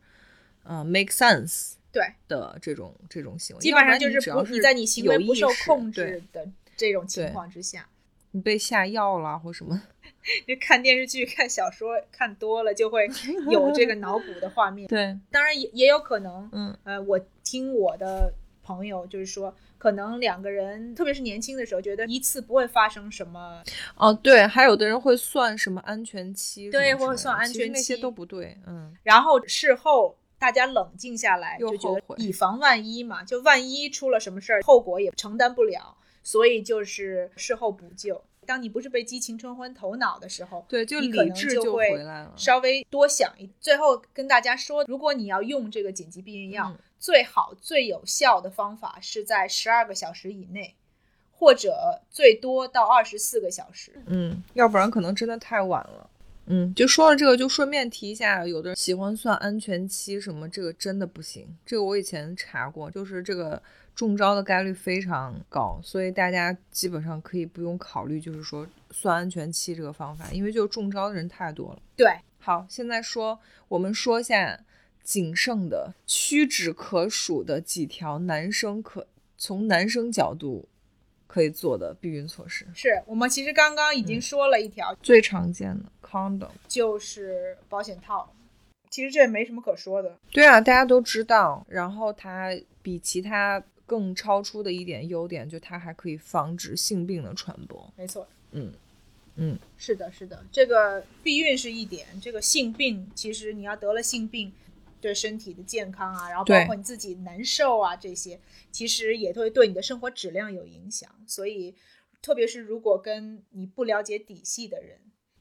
A: 呃 make sense
B: 对，
A: 的这种这种行为，
B: 基
A: 要
B: 本上
A: 不然
B: 就
A: 你只
B: 不
A: 要
B: 你
A: 是
B: 在你行为
A: 有
B: 不
A: 意
B: 受
A: 识
B: 控，
A: 对
B: 制的这种情
A: 对
B: 况之下， [laughs]
A: 你被下药啦或什么，
B: 就看电视剧、看小说看多了，就会有这个脑补的画面。
A: 对，
B: 当然也也有可能，
A: 嗯
B: 呃，我听我的朋友就是说，可能两个人，特别是年轻的时候，觉得一次不会发生什么，
A: 哦对，还有的人会算什么安全期什么之类
B: 对
A: 的，
B: 或者算安
A: 其实
B: 全
A: 那些
B: 期
A: 都不对，嗯，
B: 然后事后大家冷静下来，
A: 又
B: 就觉得
A: 后悔
B: 以防万一嘛，就万一出了什么事儿，后果也承担不了，所以就是事后补救。当你不是被激情冲昏头脑的时候，
A: 对，就
B: 你可
A: 理
B: 能
A: 智
B: 就
A: 就
B: 会
A: 回来了，
B: 稍微多想一。最后跟大家说，如果你要用这个紧急避孕药，
A: 嗯
B: 最好最有效的方法是在十二个小时以内，或者最多到二十四个小时。
A: 嗯，要不然可能真的太晚了。嗯，就说到这个，就顺便提一下，有的人喜欢算安全期什么，这个真的不行。这个我以前查过，就是这个中招的概率非常高，所以大家基本上可以不用考虑，就是说算安全期这个方法，因为就中招的人太多了。
B: 对，
A: 好，现在说我们说一下仅剩的屈指可数的几条男生可从男生角度可以做的避孕措施，
B: 是我们其实刚刚已
A: 嗯
B: 经说了一条，
A: 最常见的 condom。
B: 就是保险套。其实这也没什么可说的，
A: 对啊，大家都知道。然后它比其他更超出的一点优点，就它还可以防止性病的传播。
B: 没错。
A: 嗯嗯，
B: 是的，是的，这个避孕是一点，这个性病其实你要得了性病，对身体的健康啊，然后
A: 对
B: 包括你自己难受啊这些，其实也会对你的生活质量有影响。所以，特别是如果跟你不了解底细的人，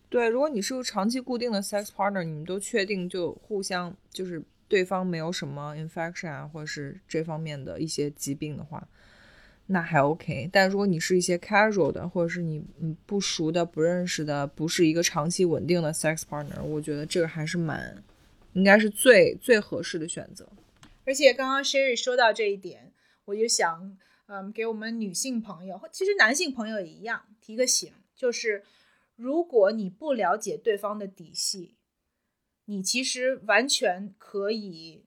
A: 对，如果你是个长期固定的 sex partner，你们都确定就互相就是对方没有什么 infection 啊，或者是这方面的一些疾病的话，那还 OK。但如果你是一些 casual 的，或者是你嗯不熟的、不认识的，不是一个长期稳定的 sex partner，我觉得这个还是蛮应该是最最合适的选择。
B: 而且刚刚 Sherry 说到这一点，我就想，嗯，给我们女性朋友，或其实男性朋友也一样，提个醒，就是如果你不了解对方的底细，你其实完全可以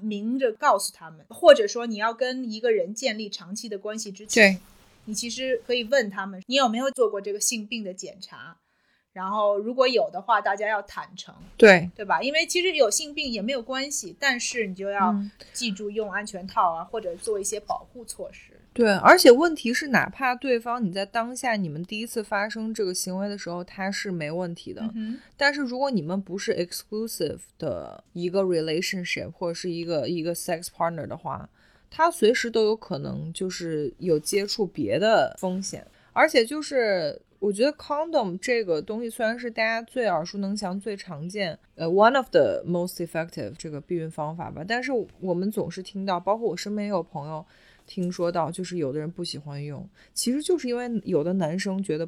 B: 明着告诉他们，或者说你要跟一个人建立长期的关系之前，
A: 对
B: 你其实可以问他们，你有没有做过这个性病的检查？然后如果有的话，大家要坦诚。
A: 对，
B: 对吧？因为其实有性病也没有关系，但是你就要
A: 嗯
B: 记住用安全套啊，或者做一些保护措施。
A: 对，而且问题是，哪怕对方你在当下你们第一次发生这个行为的时候，他是没问题的。
B: 嗯
A: 但是如果你们不是 exclusive 的一个 relationship 或者是一个一个 sex partner 的话，他随时都有可能就是有接触别的风险。而且就是我觉得 condom 这个东西虽然是大家最耳熟能详、最常见，呃，one of the most effective 这个避孕方法吧，但是我们总是听到，包括我身边也有朋友听说到，就是有的人不喜欢用，其实就是因为有的男生觉得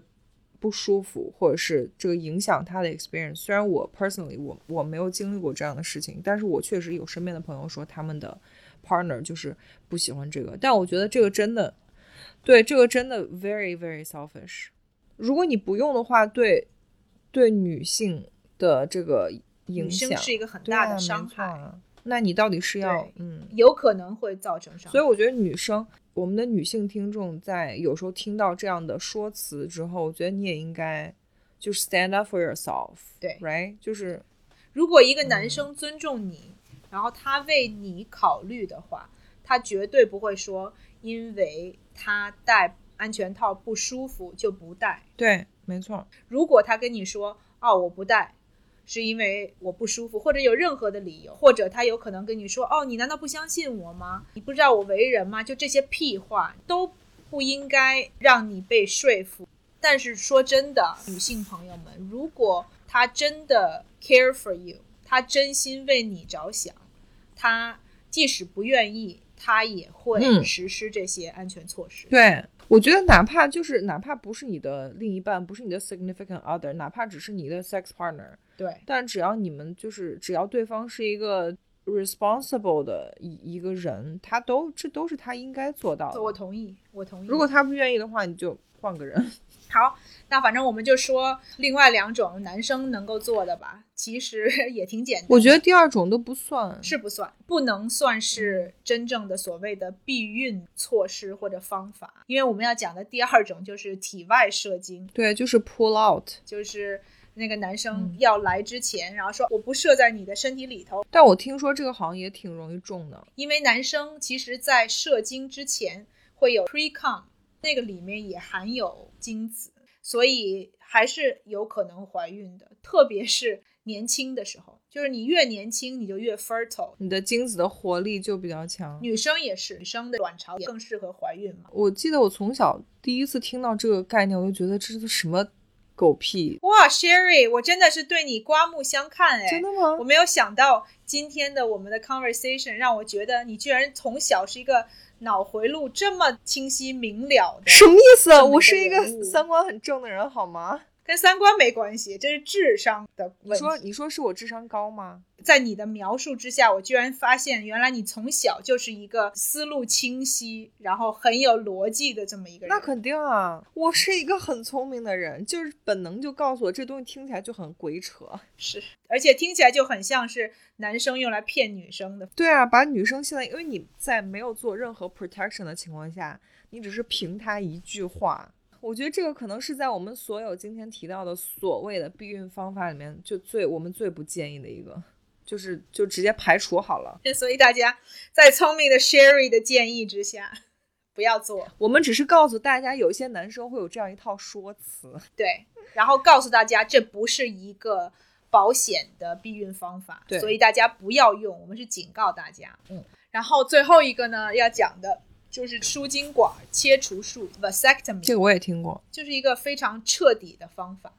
A: 不舒服，或者是这个影响他的 experience。虽然我 personally 我我没有经历过这样的事情，但是我确实有身边的朋友说他们的 partner 就是不喜欢这个，但我觉得这个真的，对这个真的 very very selfish。如果你不用的话，对对女性的这个
B: 女
A: 影
B: 生
A: 响
B: 是一个很
A: 对
B: 大
A: 啊
B: 的伤
A: 没错
B: 害，
A: 啊那你到底是要
B: 对
A: 嗯
B: 有可能会造成伤害。
A: 所以我觉得女生，我们的女性听众在有时候听到这样的说辞之后，我觉得你也应该就是 stand up for yourself，
B: 对
A: ，right，就是
B: 如果一个
A: 嗯
B: 男生尊重你，然后他为你考虑的话，他绝对不会说因为他戴安全套不舒服就不戴。
A: 对，没错，
B: 如果他跟你说哦我不戴，是因为我不舒服，或者有任何的理由，或者他有可能跟你说哦你难道不相信我吗？你不知道我为人吗？就这些屁话都不应该让你被说服。但是说真的，女性朋友们，如果他真的 care for you，他真心为你着想，他即使不愿意，他也会
A: 嗯
B: 实施这些安全措施。
A: 对。我觉得哪怕就是哪怕不是你的另一半，不是你的 significant other，哪怕只是你的 sex partner，
B: 对，
A: 但只要你们就是只要对方是一个 responsible 的一一个人，他都这都是他应该做到的。
B: 我同意，我同意。
A: 如果他不愿意的话，你就换个人。
B: 好，那反正我们就说另外两种男生能够做的吧，其实 [laughs] 也挺简单。
A: 我觉得第二种都不算，
B: 是不算，不能算是真正的所谓的避孕措施或者方法，因为我们要讲的第二种就是体外射精，
A: 对，就是 pull out。
B: 就是那个男生
A: 嗯
B: 要来之前，然后说我不射在你的身体里头，
A: 但我听说这个好像也挺容易中的，
B: 因为男生其实在射精之前会有 pre com，那个里面也含有精子，所以还是有可能怀孕的，特别是年轻的时候，就是你越年轻你就越 fertile。
A: 你的精子的活力就比较强。
B: 女生也是，女生的卵巢也更适合怀孕嘛。
A: 我记得我从小第一次听到这个概念，我就觉得这是什么狗屁，
B: 哇，Sherry，我真的是对你刮目相看哎，
A: 真的
B: 我
A: 吗？
B: 没有想到今天的我们的 conversation 让我觉得你居然从小是一个脑回路这么清晰明了的，
A: 什么意思？啊
B: 这么一个
A: 我是一
B: 人物
A: 个三观很正的人，好吗？
B: 跟三观没关系，这是智商的
A: 你
B: 问
A: 说，
B: 题。
A: 你说是我智商高吗？
B: 在你的描述之下，我居然发现原来你从小就是一个思路清晰，然后很有逻辑的这么一个人。
A: 那肯定啊，我是一个很聪明的人，就是本能就告诉我这东西听起来就很鬼扯。
B: 是，而且听起来就很像是男生用来骗女生的。 [laughs]
A: 对啊，把女生现在，因为你在没有做任何 protection 的情况下，你只是凭她一句话，我觉得这个可能是在我们所有今天提到的所谓的避孕方法里面，就最我们最不建议的一个，就是就直接排除好了。
B: 所以大家在聪明的 Sherry 的建议之下，不要做。
A: 我们只是告诉大家，有一些男生会有这样一套说辞，
B: 对，然后告诉大家这不是一个保险的避孕方法，
A: 对
B: 所以大家不要用，我们是警告大家。
A: 嗯，
B: 然后最后一个呢，要讲的就是输精管切除术 （vasectomy），
A: 这个我也听过。
B: 就是一个非常彻底的方法。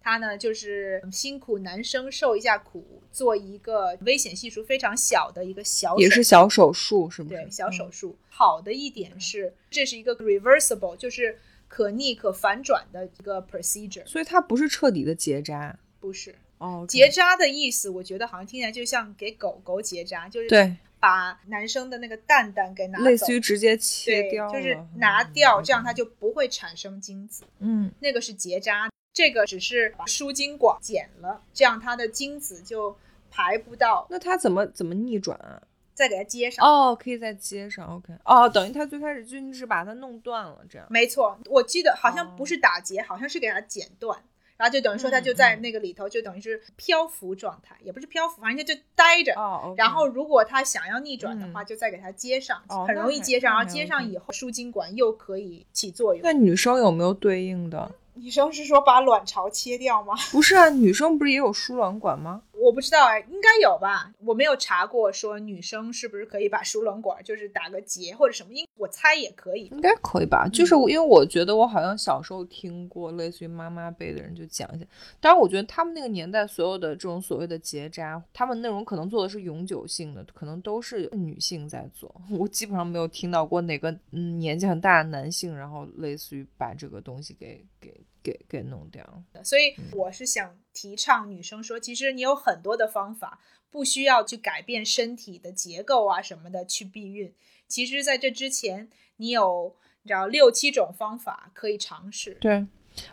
B: 它呢，就是辛苦男生受一下苦，做一个危险系数非常小的一个小手
A: 也是小手术，是不是？
B: 对，小手
A: 嗯
B: 术。好的一点是，这是一个 reversible，就是可逆可反转的一个 procedure，
A: 所以它不是彻底的结扎
B: 不是
A: 哦，
B: 结扎的意思，我觉得好像听起来就像给狗狗结扎，就是
A: 对，
B: 把男生的那个蛋蛋给拿走，
A: 类似于直接切
B: 对
A: 掉，
B: 就是拿掉，这样它就不会产生精子。
A: 嗯，
B: 那个是结扎，这个只是把输精管剪了，这样它的精子就排不到，
A: 那他怎么怎么逆转啊？
B: 再给它接上。
A: 哦，可以在街上，OK。哦，等于他最开始就是把它弄断了，这样。
B: 没错，我记得好像不是打结，好像是给它剪断。然后就等于说，它就在
A: 哦嗯嗯
B: 那个里头，就等于是漂浮状态，也不是漂浮，反正就就待着。
A: 哦，OK
B: 然后如果他想要逆转的话，
A: 嗯
B: 就再给他接上，
A: 哦
B: 很
A: 那
B: 容易
A: 还
B: 接上。
A: 那
B: 然后
A: 还
B: 接上
A: OK
B: 以后，输精管又可以起作用。
A: 那女生有没有对应的？
B: 女生是说把卵巢切掉吗？ [laughs]
A: 不是啊，女生不是也有输卵管吗？
B: 我不知道哎，应该有吧？我没有查过，说女生是不是可以把输卵管就是打个结或者什么，应我猜也可以。
A: 应该可以吧？就是我因为我觉得我好像小时候听过类似于妈妈辈的人就讲一下，当然我觉得他们那个年代所有的这种所谓的结扎，他们那种可能做的是永久性的，可能都是女性在做。 [laughs] 我基本上没有听到过哪个嗯年纪很大的男性，然后类似于把这个东西给给给给弄掉。
B: 所以我是想提倡女生说，其实你有很多的方法，不需要去改变身体的结构啊什么的去避孕。其实，在这之前，你有你知道六七种方法可以尝试。
A: 对，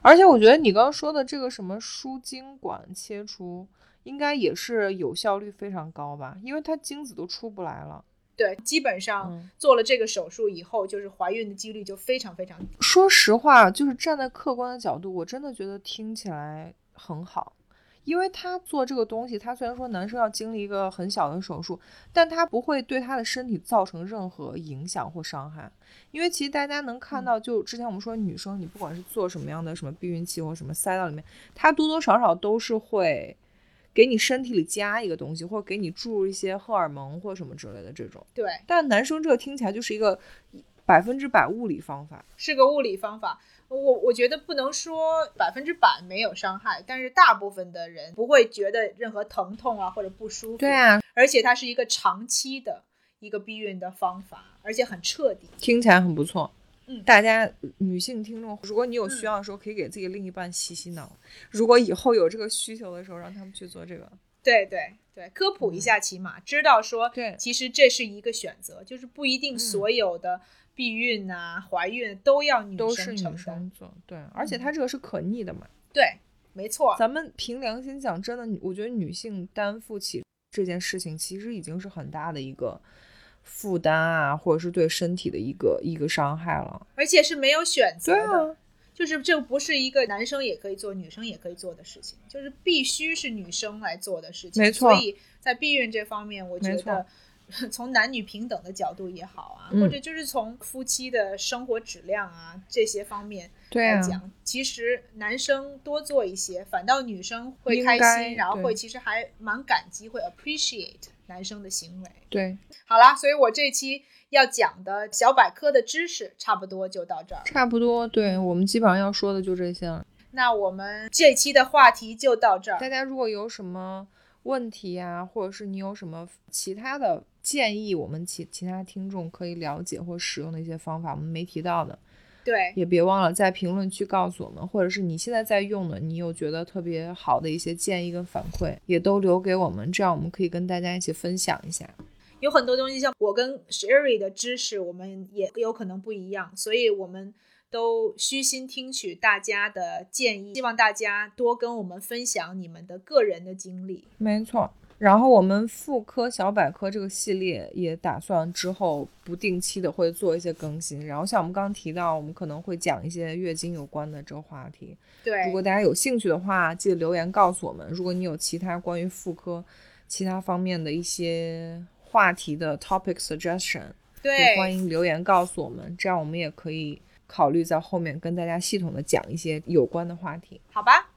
A: 而且我觉得你刚刚说的这个什么输精管切除，应该也是有效率非常高吧？因为它精子都出不来了。
B: 对，基本上
A: 嗯
B: 做了这个手术以后，就是怀孕的几率就非常非常低。
A: 说实话，就是站在客观的角度，我真的觉得听起来很好。因为他做这个东西，他虽然说男生要经历一个很小的手术，但他不会对他的身体造成任何影响或伤害。因为其实大家能看到，就之前我们说女生，你不管是做什么样的什么避孕器或什么塞到里面，它多多少少都是会给你身体里加一个东西，或者给你注入一些荷尔蒙或什么之类的这种。
B: 对，
A: 但男生这个听起来就是一个百分之百物理方法。
B: 是个物理方法。我我觉得不能说百分之百没有伤害，但是大部分的人不会觉得任何疼痛啊或者不舒服。
A: 对啊，
B: 而且它是一个长期的一个避孕的方法，而且很彻底。
A: 听起来很不错。
B: 嗯
A: 大家女性听众，如果你有需要的时候，可以给自己另一半洗洗脑。如果以后有这个需求的时候，让他们去做这个。
B: 对对对，科普一下，起码知道说，
A: 嗯对
B: 其实这是一个选择，就是不一定
A: 嗯
B: 所有的避孕啊、怀孕都要女
A: 都是
B: 生
A: 女
B: 承担。嗯
A: 生做，对，而且它这个是可逆的嘛。
B: 对，没错，
A: 咱们凭良心讲，真的，我觉得女性担负起这件事情，其实已经是很大的一个负担啊，或者是对身体的一个一个伤害了。
B: 而且是没有选择
A: 对
B: 的，
A: 啊，
B: 就是这不是一个男生也可以做、女生也可以做的事情，就是必须是女生来做的事情。
A: 没错
B: 所以在避孕这方面，我觉
A: 没
B: 得
A: 错。
B: [laughs] 从男女平等的角度也好啊，
A: 嗯
B: 或者就是从夫妻的生活质量啊这些方面，
A: 对
B: 来
A: 啊，
B: 讲，其实男生多做一些，反倒女生会
A: 应
B: 开
A: 该
B: 心，然后
A: 对
B: 会其实还蛮感激，会 appreciate 男生的行为。
A: 对，
B: 好啦，所以我这期要讲的小百科的知识差不多就到这儿。
A: 差不多，对我们基本上要说的就这些了。
B: 那我们这期的话题就到这
A: 大
B: 儿。
A: 家如果有什么问题呀、或者是你有什么其他的建议，我们其其他听众可以了解或使用的一些方法，我们没提到的，
B: 对，
A: 也别忘了在评论区告诉我们，或者是你现在在用的，你有觉得特别好的一些建议跟反馈，也都留给我们，这样我们可以跟大家一起分享一下。
B: 有很多东西，像我跟 Sherry 的知识，我们也有可能不一样，所以我们都虚心听取大家的建议，希望大家多跟我们分享你们的个人的经历。
A: 没错。然后我们妇科小百科这个系列也打算之后不定期的会做一些更新。然后像我们刚刚提到，我们可能会讲一些月经有关的这个话题。
B: 对，
A: 如果大家有兴趣的话，记得留言告诉我们。如果你有其他关于妇科其他方面的一些话题的 topic suggestion，也
B: 对，
A: 欢迎留言告诉我们，这样我们也可以考虑在后面跟大家系统的讲一些有关的话题。
B: 好吧，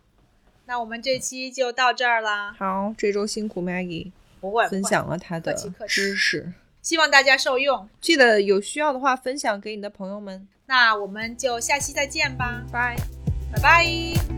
B: 那我们这期就到这儿啦。
A: 好，这周辛苦 Maggie
B: 不会，不会
A: 分，享了她的
B: 客气客气
A: 知识。
B: 希望大家受用。
A: 记得有需要的话分享给你的朋友们。
B: 那我们就下期再见吧，
A: 拜。
B: 拜拜。